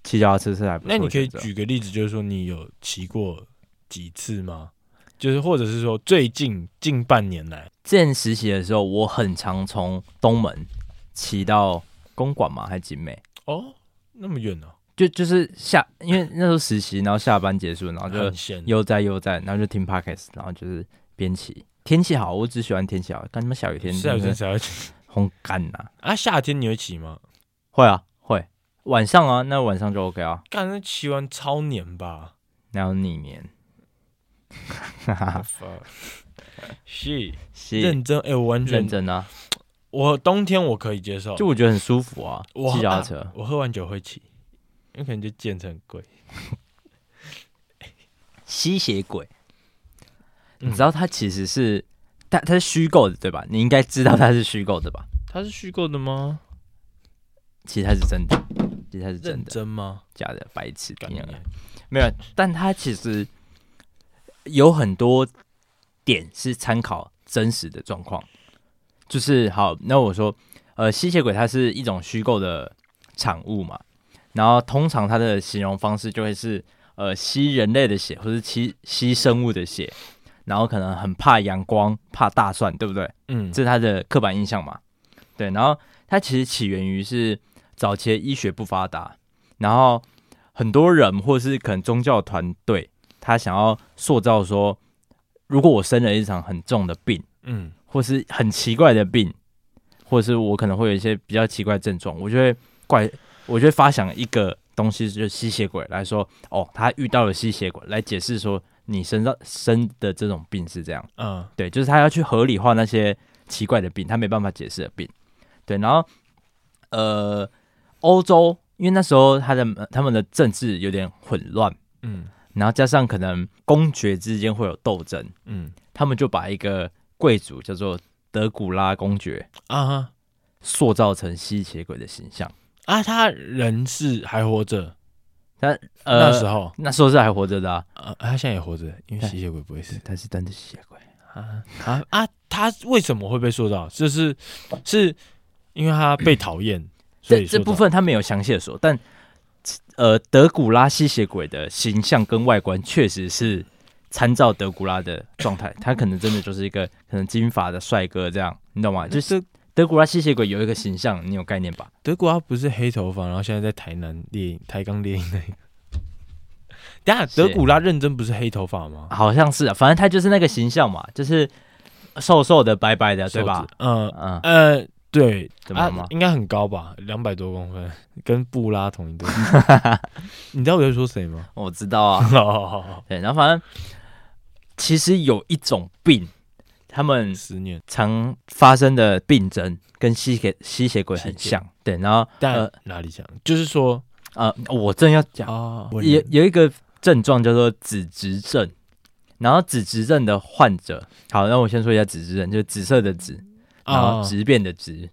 Speaker 1: 骑脚踏车是还不错。
Speaker 2: 那你可以，举个例子，就是说你有骑过几次吗？就是或者是说最近近半年来，
Speaker 1: 之前实习的时候，我很常从东门骑到公馆嘛，还景美。
Speaker 2: 哦，那么远呢、
Speaker 1: 就就是下，因为那时候实习，然后下班结束，然后就
Speaker 2: 很闲，
Speaker 1: 悠哉悠哉，然后就听 podcast，然后就是边骑。天气好，我只喜欢天气好，干他妈下雨天，
Speaker 2: 下雨天才会骑
Speaker 1: 烘干呐、
Speaker 2: 啊？夏天你会骑吗？
Speaker 1: 会啊，会。晚上啊，那晚上就 OK 啊。
Speaker 2: 干，那骑完超黏 吧？
Speaker 1: 然后你 年，
Speaker 2: fuck 是
Speaker 1: 是
Speaker 2: 认真哎、我完全
Speaker 1: 认，真啊，
Speaker 2: 我冬天我可以接受，
Speaker 1: 就我觉得很舒服啊，
Speaker 2: 我
Speaker 1: 骑脚踏车。
Speaker 2: 我喝完酒会骑，因为可能就健身很贵。
Speaker 1: 吸血鬼，你
Speaker 2: 嗯
Speaker 1: 知道它其实是它它是虚构的对吧？你应该知道它是虚构的吧？
Speaker 2: 它是虚构的吗？
Speaker 1: 其实它是真的，其实它是真啊
Speaker 2: 认
Speaker 1: 的，
Speaker 2: 真吗？
Speaker 1: 假的白痴
Speaker 2: 干啊
Speaker 1: 一样的
Speaker 2: 娘
Speaker 1: 没有，但它其实有很多点是参考真实的状况。就是好，那我说，呃，吸血鬼它是一种虚构的产物嘛，然后通常它的形容方式就会是，呃，吸人类的血，或是吸吸生物的血，然后可能很怕阳光，怕大蒜，对不对？
Speaker 2: 嗯，
Speaker 1: 这是他的刻板印象嘛。对，然后它其实起源于是早期的医学不发达，然后很多人或是可能宗教团队，他想要塑造说，如果我生了一场很重的病，
Speaker 2: 嗯
Speaker 1: 或是很奇怪的病，或是我可能会有一些比较奇怪的症状，我就会怪，我就会发想一个东西，就是吸血鬼来说，哦，他遇到了吸血鬼来解释说你身上生的这种病是这样。
Speaker 2: 嗯
Speaker 1: 对，就是他要去合理化那些奇怪的病，他没办法解释的病。对，然后呃，欧洲因为那时候他的他们的政治有点混乱，
Speaker 2: 嗯
Speaker 1: 然后加上可能公爵之间会有斗争，
Speaker 2: 嗯
Speaker 1: 他们就把一个贵族叫做德古拉公爵
Speaker 2: 啊哈
Speaker 1: 塑造成吸血鬼的形象。
Speaker 2: 啊，他人是还活着，
Speaker 1: 呃，
Speaker 2: 那时候
Speaker 1: 那时候是还活着的、啊，
Speaker 2: 啊，他现在也活着，因为
Speaker 1: 对
Speaker 2: 吸血鬼不会死
Speaker 1: 他是真的吸血鬼。
Speaker 2: 啊啊啊！他为什么会被塑造？就是是因为他被讨厌，所
Speaker 1: 这
Speaker 2: 以
Speaker 1: 这
Speaker 2: 塑造
Speaker 1: 部分他没有详细的说，但呃，德古拉吸血鬼的形象跟外观确实是参照德古拉的状态，他可能真的就是一个可能金发的帅哥这样，你懂吗？就是德古拉吸血鬼有一个形象，你有概念吧？
Speaker 2: 德国他不是黑头发，然后现在在台南猎鹰、台钢猎鹰那个。等一下，
Speaker 1: 是
Speaker 2: 德古拉认真不是黑头发吗？
Speaker 1: 好像是、啊，反正他就是那个形象嘛，就是瘦瘦的、白白的，对吧？
Speaker 2: 嗯
Speaker 1: 嗯，
Speaker 2: 呃，对，
Speaker 1: 怎么了吗
Speaker 2: 啊应该很高吧，两百多公分，跟布拉同 一队。你知道我在说谁吗？
Speaker 1: 我知道啊。
Speaker 2: 哦，
Speaker 1: 对，然后反正其实有一种病，他们
Speaker 2: 十年，
Speaker 1: 常发生的病症跟吸血吸血鬼很像，对。然后
Speaker 2: 但
Speaker 1: 呃
Speaker 2: 哪里像？就是说
Speaker 1: 呃，我正要讲，
Speaker 2: 啊，
Speaker 1: 有有一个症状叫做紫质症，然后紫质症的患者，好，那我先说一下紫质症，就是紫色的紫，然后
Speaker 2: 啊
Speaker 1: 质变的质，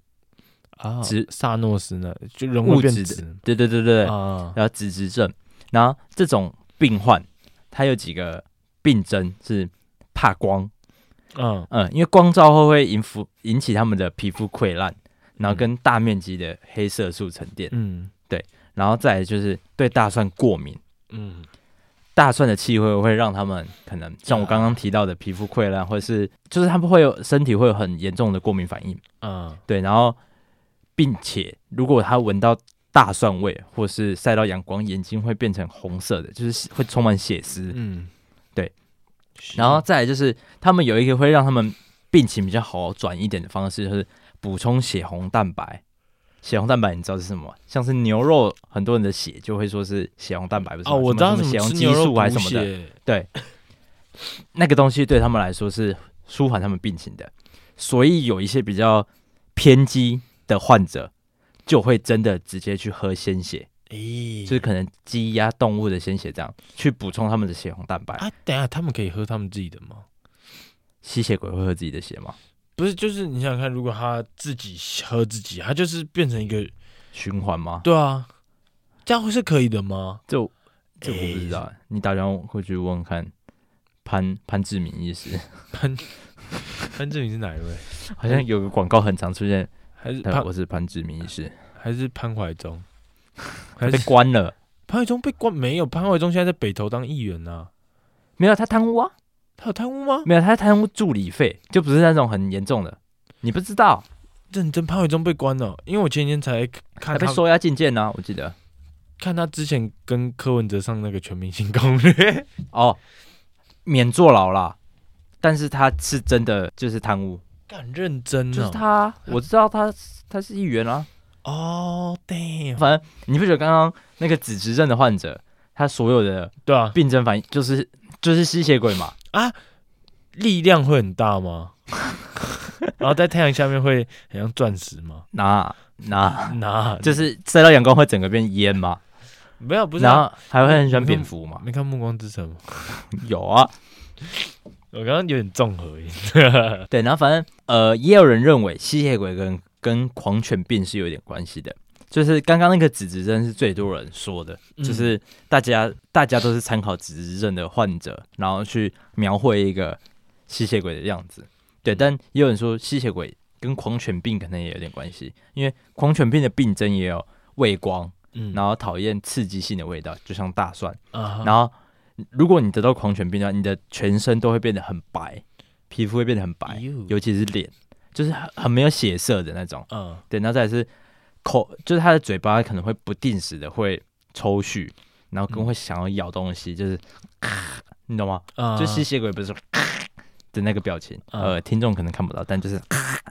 Speaker 2: 啊，
Speaker 1: 直
Speaker 2: 萨诺斯呢，就人会变
Speaker 1: 物质
Speaker 2: 直
Speaker 1: 对对对对，
Speaker 2: 啊，
Speaker 1: 然后紫质症，然后这种病患，他有几个病症是怕光，
Speaker 2: 嗯
Speaker 1: 嗯，因为光照后会引服引起他们的皮肤溃烂，然后跟大面积的黑色素沉淀。
Speaker 2: 嗯
Speaker 1: 然后再来就是对大蒜过敏，
Speaker 2: 嗯
Speaker 1: 大蒜的气味会让他们可能像我刚刚提到的皮肤溃烂，或者是就是他们会有身体会有很严重的过敏反应，
Speaker 2: 嗯
Speaker 1: 对，然后并且如果他闻到大蒜味或是晒到阳光，眼睛会变成红色的，就是会充满血丝。
Speaker 2: 嗯，
Speaker 1: 对
Speaker 2: 是，
Speaker 1: 然后再来就是他们有一个会让他们病情比较好转一点的方式，就是补充血红蛋白。血红蛋白你知道是什么吗？像是牛肉，很多人的血就会说是血红蛋白，不是吗
Speaker 2: 哦，我知道
Speaker 1: 什
Speaker 2: 怎
Speaker 1: 么
Speaker 2: 么
Speaker 1: 血红
Speaker 2: 吃
Speaker 1: 激
Speaker 2: 牛肉
Speaker 1: 素还
Speaker 2: 补
Speaker 1: 是什么的，
Speaker 2: 血，
Speaker 1: 那个东西对他们来说是舒缓他们病情的。所以有一些比较偏激的患者，就会真的直接去喝鲜血，
Speaker 2: 咦，
Speaker 1: 就是可能鸡鸭动物的鲜血这样去补充他们的血红蛋白。
Speaker 2: 啊，等一下他们可以喝他们自己的吗？
Speaker 1: 吸血鬼会喝自己的血吗？
Speaker 2: 不是，就是你想想看，如果他自己喝自己，他就是变成一个，
Speaker 1: 循环吗？
Speaker 2: 对啊，这样会是可以的吗？
Speaker 1: 这我这我不知道，你打电话回去问问看潘潘志明医师，
Speaker 2: 潘 潘志明是哪一位？
Speaker 1: 好像有个广告很常出现，
Speaker 2: 还是
Speaker 1: 对
Speaker 2: 潘
Speaker 1: 我是潘志明医师，
Speaker 2: 还是潘怀 忠？还
Speaker 1: 被
Speaker 2: 是
Speaker 1: 关了，
Speaker 2: 潘怀忠被关没有？潘怀忠现在在北投当议员呢、
Speaker 1: 没有他贪污啊，
Speaker 2: 他有贪污 吗？
Speaker 1: 没有他贪污助理费，就不是那种很严重的，你不知道，
Speaker 2: 认真，潘怀忠被关了，因为我前几天才看
Speaker 1: 还被
Speaker 2: 他
Speaker 1: 收押禁见呢、我记得
Speaker 2: 看他之前跟柯文哲上那个《全明星攻略》，
Speaker 1: 哦，免坐牢啦，但是他是真的就是贪污，
Speaker 2: 敢认真
Speaker 1: 就是
Speaker 2: 哦，
Speaker 1: 他啊，我知道他他是议员啊，
Speaker 2: 哦，damn，
Speaker 1: 反正你不觉得刚刚那个紫质症的患者，他所有的
Speaker 2: 对啊，
Speaker 1: 病症反应就是就是吸血鬼嘛。
Speaker 2: 力量会很大吗？ 然后在太阳下面会很像钻石吗？
Speaker 1: 那
Speaker 2: 啊
Speaker 1: 那
Speaker 2: 那
Speaker 1: 就是晒到阳光会整个变烟嘛，
Speaker 2: 没有，不是、
Speaker 1: 然
Speaker 2: 啊。
Speaker 1: 后还会很喜欢蝙蝠嘛？
Speaker 2: 没看《暮光之城》吗？
Speaker 1: 有啊，
Speaker 2: 我刚刚有点欸综合耶。
Speaker 1: 对，然后反正呃，也有人认为吸血鬼跟跟狂犬病是有点关系的，就是刚刚那个紫质症是最多人说的，
Speaker 2: 嗯
Speaker 1: 就是大家大家都是参考紫质症的患者，然后去描绘一个吸血鬼的样子。对，但也有人说吸血鬼跟狂犬病可能也有点关系，因为狂犬病的病症也有畏光，
Speaker 2: 嗯
Speaker 1: 然后讨厌刺激性的味道，就像大蒜。
Speaker 2: 啊哈
Speaker 1: 然后如果你得到狂犬病的话，啊你的全身都会变得很白，皮肤会变得很白，
Speaker 2: 哎呦
Speaker 1: 尤其是脸，就是很很没有血色的那种。
Speaker 2: 嗯
Speaker 1: 对，然后再来是口，就是他的嘴巴可能会不定时的会抽搐，然后更
Speaker 2: 嗯
Speaker 1: 会想要咬东西，就是，你懂吗？
Speaker 2: 啊
Speaker 1: 就吸血鬼不是说的那个表情，
Speaker 2: 嗯
Speaker 1: 呃，听众可能看不到，但就是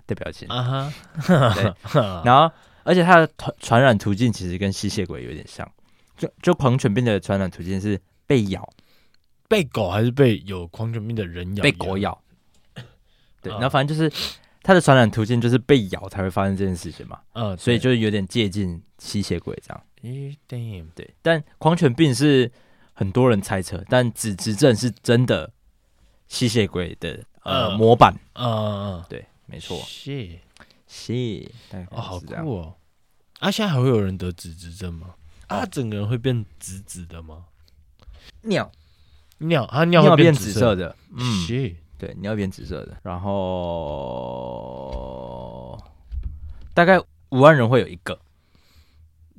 Speaker 1: 的表情。
Speaker 2: 啊哈，
Speaker 1: 然后，而且它的传传染途径其实跟吸血鬼有点像，就就狂犬病的传染途径是被咬，
Speaker 2: 被狗还是被有狂犬病的人咬？
Speaker 1: 被狗。咬。 对，
Speaker 2: 啊
Speaker 1: 然后反正就是它的传染途径就是被咬才会发生这件事情嘛，
Speaker 2: 嗯，
Speaker 1: 所以
Speaker 2: 对
Speaker 1: 就是有点接近吸血鬼这样。
Speaker 2: 咦，damn，
Speaker 1: 对，但狂犬病是很多人猜测，但紫质症是真的吸血鬼的呃、
Speaker 2: 嗯
Speaker 1: 模板。
Speaker 2: 啊，
Speaker 1: 对，没
Speaker 2: 没
Speaker 1: 错，
Speaker 2: 是
Speaker 1: 是，大概
Speaker 2: 哦，好
Speaker 1: 是
Speaker 2: 酷
Speaker 1: 这样。
Speaker 2: 哦。啊，现在还会有人得紫质症吗？
Speaker 1: 哦
Speaker 2: 啊，他整个人会变紫紫的吗？
Speaker 1: 尿
Speaker 2: 尿，他尿
Speaker 1: 尿
Speaker 2: 会
Speaker 1: 变
Speaker 2: 紫
Speaker 1: 紫色。的，嗯，
Speaker 2: 是
Speaker 1: 对，尿变紫色的。然后大概五万人会有一个，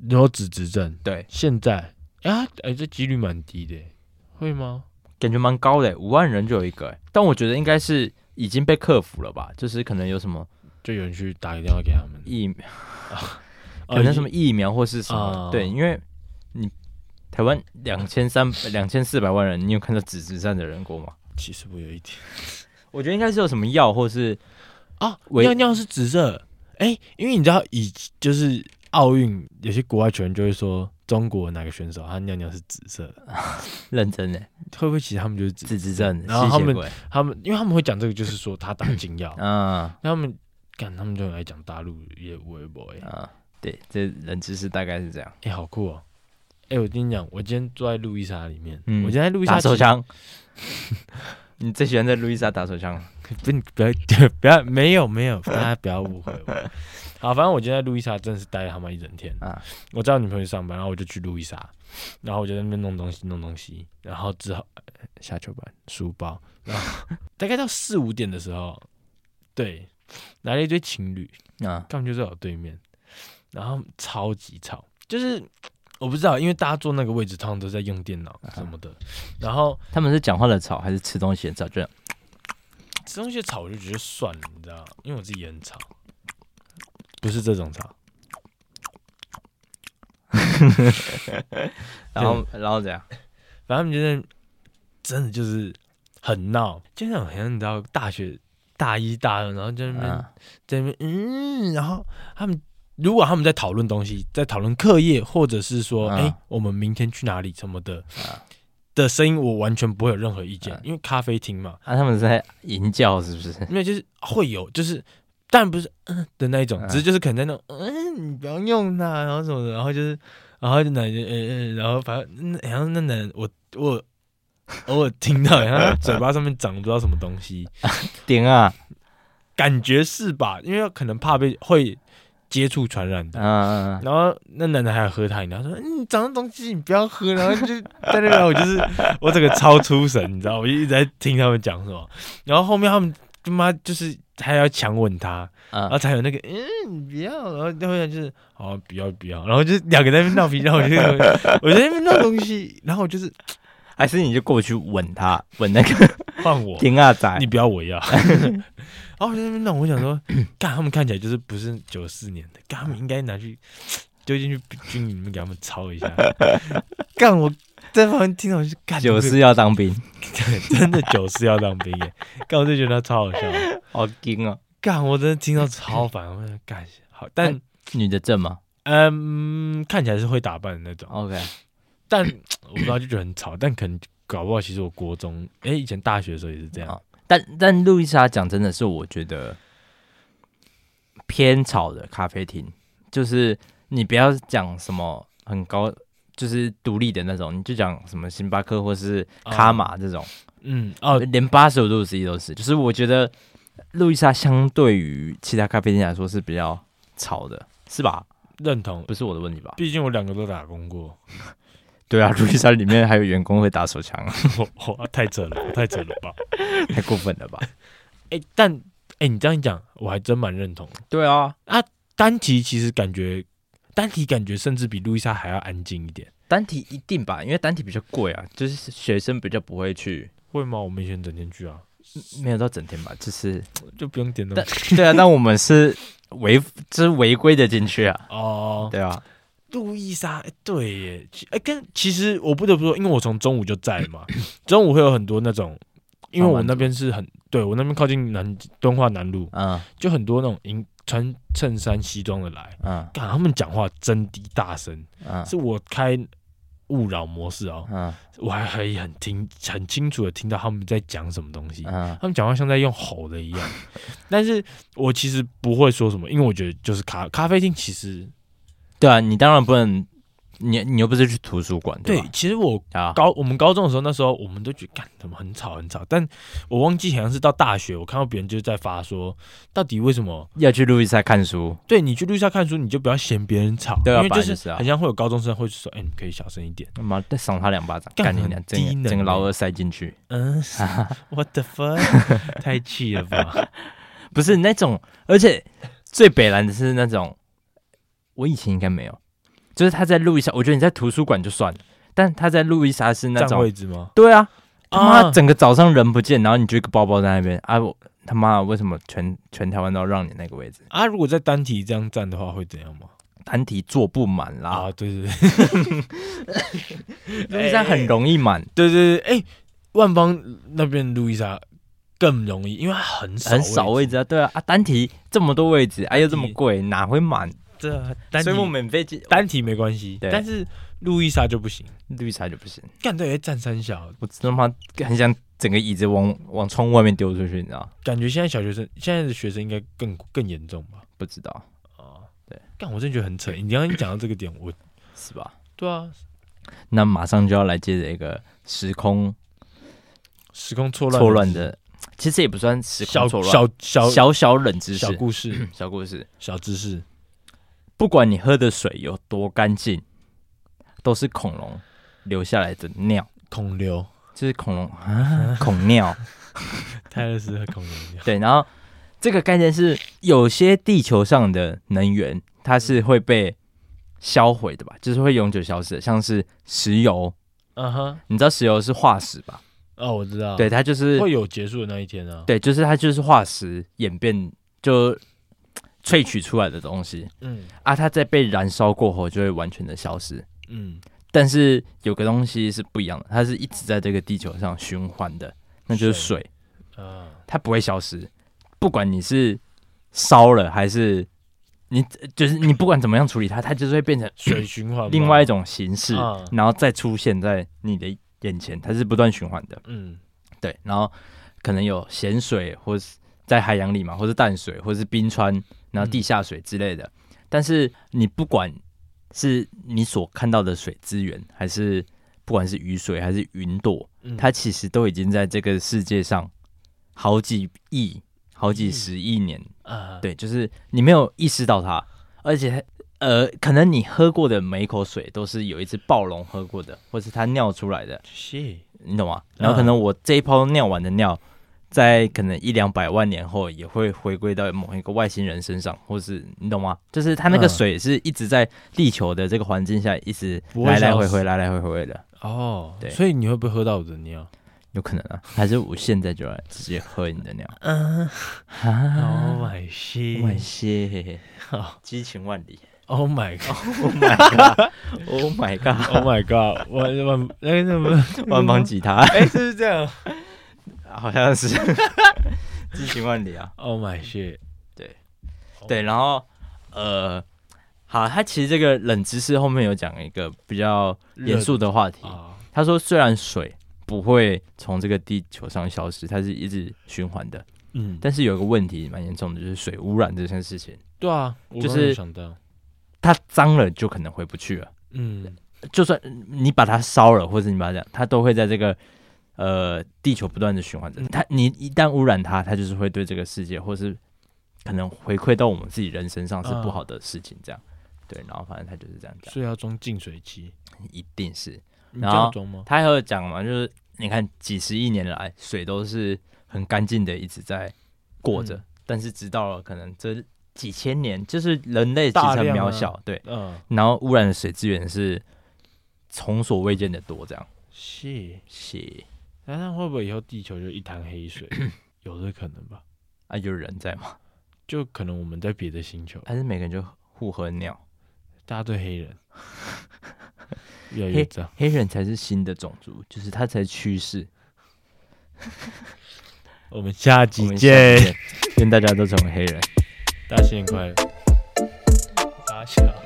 Speaker 2: 然后紫质症，
Speaker 1: 对，
Speaker 2: 现在啊，哎，这几率蛮低的，欸会吗？
Speaker 1: 感觉蛮高的，五万人就有一个欸，但我觉得应该是已经被克服了吧，就是可能有什么
Speaker 2: 就有人去打个电话给他们，
Speaker 1: 疫，
Speaker 2: 哦
Speaker 1: 可能什么疫苗或是什么，
Speaker 2: 啊
Speaker 1: 对，因为你台湾两千三两千四百万人，你有看到紫质战的人过吗？
Speaker 2: 其实我有一点
Speaker 1: 我觉得应该是有什么药或是
Speaker 2: 啊，
Speaker 1: 喂
Speaker 2: 尿尿是紫色，哎，因为你知道以就是奥运有些国外球员就会说中国哪个选手他尿尿是紫色的，
Speaker 1: 认真的
Speaker 2: 会不会其实他们就是紫？
Speaker 1: 紫质症，
Speaker 2: 然后他
Speaker 1: 吸血
Speaker 2: 们
Speaker 1: 鬼，
Speaker 2: 他们因为他们会讲这个，就是说他打禁药，
Speaker 1: 嗯
Speaker 2: 那他们干他们就很爱讲大陆也微博，哎，
Speaker 1: 啊，对，这冷知识大概是这样。
Speaker 2: 哎，好酷哦。哎、我跟你讲，我今天坐在路易莎里面，
Speaker 1: 嗯
Speaker 2: 我今天在路易莎
Speaker 1: 打
Speaker 2: 骑
Speaker 1: 手枪， 你最喜欢在路易莎打手枪了？
Speaker 2: 不，你不要，不要，没有，没有，大家不要误会我。好，反正我今天在路易莎真的是待了他妈一整天
Speaker 1: 啊
Speaker 2: 啊！我载我女朋友去上班，然后我就去路易莎，然后我就在那边弄东西，弄东西，然后之后呃下球班书包，然后大概到四五点的时候，对，来了一堆情侣，
Speaker 1: 啊，
Speaker 2: 他们就在我对面，然后超级吵，就是我不知道，因为大家坐那个位置通常都在用电脑什么的，然后
Speaker 1: 他们是讲话的吵还是吃东西的吵？就
Speaker 2: 吃东西的吵我就觉得算了，你知道，因为我自己也很吵，不是这种吵，
Speaker 1: 然后然后怎样？
Speaker 2: 反正他们就是真的就是很闹，就那种好像你知嗯道大学大一大二，然后在那边、
Speaker 1: 啊
Speaker 2: 在那边嗯，然后他们如果他们在讨论东西，在讨论课业，或者是说，哎、
Speaker 1: 嗯
Speaker 2: 我们明天去哪里什么的、的声音，我完全不会有任何意见，
Speaker 1: 嗯
Speaker 2: 因为咖啡厅嘛，
Speaker 1: 啊，他们是在营教是不 是？
Speaker 2: 没有就是会有，就是但不是嗯的那一种，
Speaker 1: 嗯
Speaker 2: 只是就是可能在那种嗯，你不要用它，然后什么的，然后就是，然后就奶就嗯嗯，然后反正嗯，然后那奶我我偶尔听到，然后嘴巴上面长不知道什么东西，
Speaker 1: 顶啊，
Speaker 2: 感觉是吧？因为可能怕被会接触传染的。
Speaker 1: 嗯，
Speaker 2: 然后那男的还有喝他饮料，说：“嗯，长的东西你不要喝。”然后就在那边，我就是我整个超出神，你知道，我就一直在听他们讲什么。然后后面他们他妈就是还要强吻他，然后
Speaker 1: 嗯
Speaker 2: 才有那个嗯，你不要。然后后面就是哦，不要不要。然后就是两个在那边闹脾气，然后我就我就在那边闹东西，然后我就是
Speaker 1: 还是你就过去吻他，吻那 个
Speaker 2: 换我，
Speaker 1: 顶啊仔，
Speaker 2: 你不要我要。然后我就在那边弄，我想说，干他们看起来就是不是九四年的，干他们应该拿去丢进去军营里面给他们抄一下。干我在旁边听到我就干
Speaker 1: 九
Speaker 2: 这
Speaker 1: 四要当兵，
Speaker 2: 个真的九四要当兵耶，干我就觉得他超好笑，
Speaker 1: 好惊哦。
Speaker 2: 干我真的听到超烦，我想干好，但
Speaker 1: 女的正吗
Speaker 2: 嗯看起来是会打扮的那种，
Speaker 1: ？OK，
Speaker 2: 但我不知道就觉得很吵，但可能搞不好其实我国中哎以前大学的时候也是这样
Speaker 1: 好，但但路易莎讲真的是我觉得偏吵的咖啡厅，就是你不要讲什么很高，就是独立的那种，你就讲什么星巴克或是卡玛这种，
Speaker 2: 嗯哦
Speaker 1: 连八十五度 C 都是。就是我觉得路易莎相对于其他咖啡厅来说是比较吵的，是吧？
Speaker 2: 认同，
Speaker 1: 不是我的问题吧？
Speaker 2: 毕竟我两个都打工过。
Speaker 1: 对啊，路易莎里面还有员工会打手枪，
Speaker 2: 哇，哇啊太扯了，太扯了吧？
Speaker 1: 太过分了吧？
Speaker 2: 哎、但哎、你这样一讲，我还真蛮认同的。
Speaker 1: 对啊，
Speaker 2: 单提其实感觉，单提感觉甚至比路易莎还要安静一点，
Speaker 1: 单体一定吧，因为单体比较贵啊，就是学生比较不会去，
Speaker 2: 会吗？我们以前整天去啊，
Speaker 1: 没有到整天吧，就是
Speaker 2: 就不用点东
Speaker 1: 但
Speaker 2: 西
Speaker 1: 对啊，但我们是违，就是违规的进去啊，
Speaker 2: 哦。
Speaker 1: 对啊，
Speaker 2: 路易莎，哎对耶，其哎、跟其实我不得不说，因为我从中午就在嘛，中午会有很多那种，因为我那边是很，对我那边靠近南敦化南路，
Speaker 1: 嗯
Speaker 2: 就很多那种银穿衬衫西装的来，
Speaker 1: 嗯
Speaker 2: 干他们讲话真低大声，
Speaker 1: 嗯
Speaker 2: 是我开勿扰模式哦，
Speaker 1: 嗯
Speaker 2: 我还可以很听很清楚的听到他们在讲什么东西，
Speaker 1: 嗯
Speaker 2: 他们讲话像在用吼的一样，但是我其实不会说什么，因为我觉得就是咖咖啡厅其实
Speaker 1: 对啊，你当然不能，你你又不是去图书馆
Speaker 2: 对
Speaker 1: 吧？，
Speaker 2: 其实我
Speaker 1: 啊，
Speaker 2: 高我们高中的时候，那时候我们都觉得干怎么很吵很吵，但我忘记好像是到大学，我看到别人就是在发说，到底为什么
Speaker 1: 要去路易莎看书，
Speaker 2: 对你去绿校看书，你就不要嫌别人吵，
Speaker 1: 对啊
Speaker 2: 因为就
Speaker 1: 本来就是啊
Speaker 2: 很像会有高中生会说，哎、你可以小声一点，
Speaker 1: 他妈再赏他两巴掌，
Speaker 2: 干
Speaker 1: 干你
Speaker 2: 很
Speaker 1: 娘，
Speaker 2: 低
Speaker 1: 整个
Speaker 2: 能
Speaker 1: 整个
Speaker 2: 欸
Speaker 1: 老二塞进去，
Speaker 2: 嗯，what the fuck，太气了吧。
Speaker 1: 不是那种，而且最北蓝的是那种，我以前应该没有，就是他在路易莎，我觉得你在图书馆就算了，但他在路易莎是那
Speaker 2: 占
Speaker 1: 种
Speaker 2: 位，置吗？
Speaker 1: 对啊，他妈
Speaker 2: 啊
Speaker 1: 整个早上人不见，然后你就一个包包在那边啊，我他妈为什么全全台湾都要让你那个位置？
Speaker 2: 啊！如果在单体这样站的话，会怎样吗？
Speaker 1: 单体坐不满啦，
Speaker 2: 啊，对对
Speaker 1: 路易莎很容易满，
Speaker 2: 对对对对，哎、万邦那边路易莎更容易，因为它很少
Speaker 1: 很少位
Speaker 2: 置，
Speaker 1: 置啊，对啊，啊单体这么多位置，哎又这么贵，哪会满？
Speaker 2: 对啊，单体
Speaker 1: 所以我免费进
Speaker 2: 单体没关系，
Speaker 1: 对
Speaker 2: 但是路易莎就不行，
Speaker 1: 绿茶就不行，
Speaker 2: 干对站三小，
Speaker 1: 我他妈很想整个椅子往往窗外面丢出去，你知道吗？
Speaker 2: 感觉现在小学生现在的学生应该更更严重吧？
Speaker 1: 不知道
Speaker 2: 啊，
Speaker 1: 对，
Speaker 2: 干我真的觉得很扯。你刚刚讲到这个点，我
Speaker 1: 是吧？
Speaker 2: 对啊，
Speaker 1: 那马上就要来接着一个时空
Speaker 2: 时空错乱
Speaker 1: 错乱的，其实也不算时
Speaker 2: 小
Speaker 1: 空错
Speaker 2: 小
Speaker 1: 乱，
Speaker 2: 小
Speaker 1: 小小冷知识
Speaker 2: 小 故事、
Speaker 1: 小故事。
Speaker 2: 小知识，
Speaker 1: 不管你喝的水有多干净，都是恐龙留下来的尿，
Speaker 2: 孔流
Speaker 1: 就是恐龙 啊，恐尿。
Speaker 2: 泰勒斯和孔流一样。
Speaker 1: 对，然后这个概念是有些地球上的能源它是会被销毁的吧，就是会永久消失的，像是石油。
Speaker 2: 嗯哼，
Speaker 1: 你知道石油是化石吧？
Speaker 2: 哦，我知道，
Speaker 1: 对，，它就是
Speaker 2: 会有结束的那一天啊。
Speaker 1: 对，就是它就是化石演变就萃取出来的东西
Speaker 2: 嗯
Speaker 1: 啊，它在被燃烧过后就会完全的消失。
Speaker 2: 嗯，
Speaker 1: 但是有个东西是不一样的，它是一直在这个地球上循环的，那就是水，
Speaker 2: 啊，
Speaker 1: 它不会消失，不管你是烧了还是你就是你不管怎么样处理它，它就是会变成
Speaker 2: 水循环吗，
Speaker 1: 另外一种形式，
Speaker 2: 啊
Speaker 1: 然后再出现在你的眼前，它是不断循环的。
Speaker 2: 嗯
Speaker 1: 对，然后可能有咸水，或是在海洋里嘛，或是淡水，或是冰川，然后地下水之类的。但是你不管是你所看到的水资源，还是不管是雨水还是云朵，
Speaker 2: 嗯，
Speaker 1: 它其实都已经在这个世界上好几亿、好
Speaker 2: 嗯
Speaker 1: 几十亿年
Speaker 2: 啊
Speaker 1: 对，就是你没有意识到它，而且呃，可能你喝过的每一口水都是有一只暴龙喝过的，或是它尿出来的，
Speaker 2: 是
Speaker 1: 你懂吗？然后可能我这一泡尿完的尿，在可能一两百万年后也会回归到某一个外星人身上，或是你懂吗？就是它那个
Speaker 2: 嗯
Speaker 1: 水是一直在地球的这个环境下一直
Speaker 2: 不会
Speaker 1: 来来
Speaker 2: 消
Speaker 1: 回
Speaker 2: 失
Speaker 1: 回、来来回回的，
Speaker 2: 哦，
Speaker 1: 对
Speaker 2: 所以你会不会喝到我的尿？
Speaker 1: 有可能啊？还是我现在就来直接喝你的 尿？
Speaker 2: 嗯
Speaker 1: 啊，
Speaker 2: ，Oh my
Speaker 1: 我
Speaker 2: shit，
Speaker 1: 谢
Speaker 2: 好，
Speaker 1: 激情万里
Speaker 2: Oh my god，Oh
Speaker 1: ，Oh my god，Oh Oh my god。
Speaker 2: Oh my god，我我哎那 不
Speaker 1: 万邦吉他，
Speaker 2: 哎是不是这样
Speaker 1: 好像是 激情万里啊。
Speaker 2: ？Oh my shit，
Speaker 1: 对，然后呃，好，他其实这个冷知识后面有讲一个比较严肃的话题。
Speaker 2: 啊，
Speaker 1: 他说，虽然水不会从这个地球上消失，它是一直循环的，
Speaker 2: 嗯，
Speaker 1: 但是有一个问题蛮严重的，就是水污染这件事情，
Speaker 2: 对啊，我
Speaker 1: 就
Speaker 2: 刚刚
Speaker 1: 是
Speaker 2: 想到，
Speaker 1: 它脏了就可能回不去了。
Speaker 2: 嗯
Speaker 1: 就算你把它烧了，或者你把它这样，它都会在这个呃地球不断的循环着。它你一旦污染它，它就是会对这个世界，或是可能回馈到我们自己人身上是不好的事情。这样、对，然后反正它就是这样讲，
Speaker 2: 所以要装净水器，
Speaker 1: 一定是。
Speaker 2: 你这
Speaker 1: 然
Speaker 2: 样
Speaker 1: 后
Speaker 2: 装吗？
Speaker 1: 他还有讲嘛，就是你看几十亿年来，水都是很干净的，一直在过着，
Speaker 2: 嗯
Speaker 1: 但是直到了可能这几千年，就是人类其实
Speaker 2: 大
Speaker 1: 很
Speaker 2: 量
Speaker 1: 渺
Speaker 2: 啊
Speaker 1: 小，对，
Speaker 2: 嗯，
Speaker 1: 然后污染的水资源是从所未见的多，这样。
Speaker 2: 是，
Speaker 1: 是
Speaker 2: 那那会不会以后地球就一滩黑 水？有这可能吧？
Speaker 1: 啊，有人在吗？
Speaker 2: 就可能我们在别的星球，
Speaker 1: 还是每个人就互喝尿？
Speaker 2: 大家对黑 人越来
Speaker 1: 黑
Speaker 2: 越脏，
Speaker 1: 黑人才是新的种族，就是他才趋势。
Speaker 2: 我们下
Speaker 1: 我
Speaker 2: 集
Speaker 1: 们下
Speaker 2: 见
Speaker 1: 次，见，愿大家都成为黑人。
Speaker 2: 大家新年快乐，大家笑。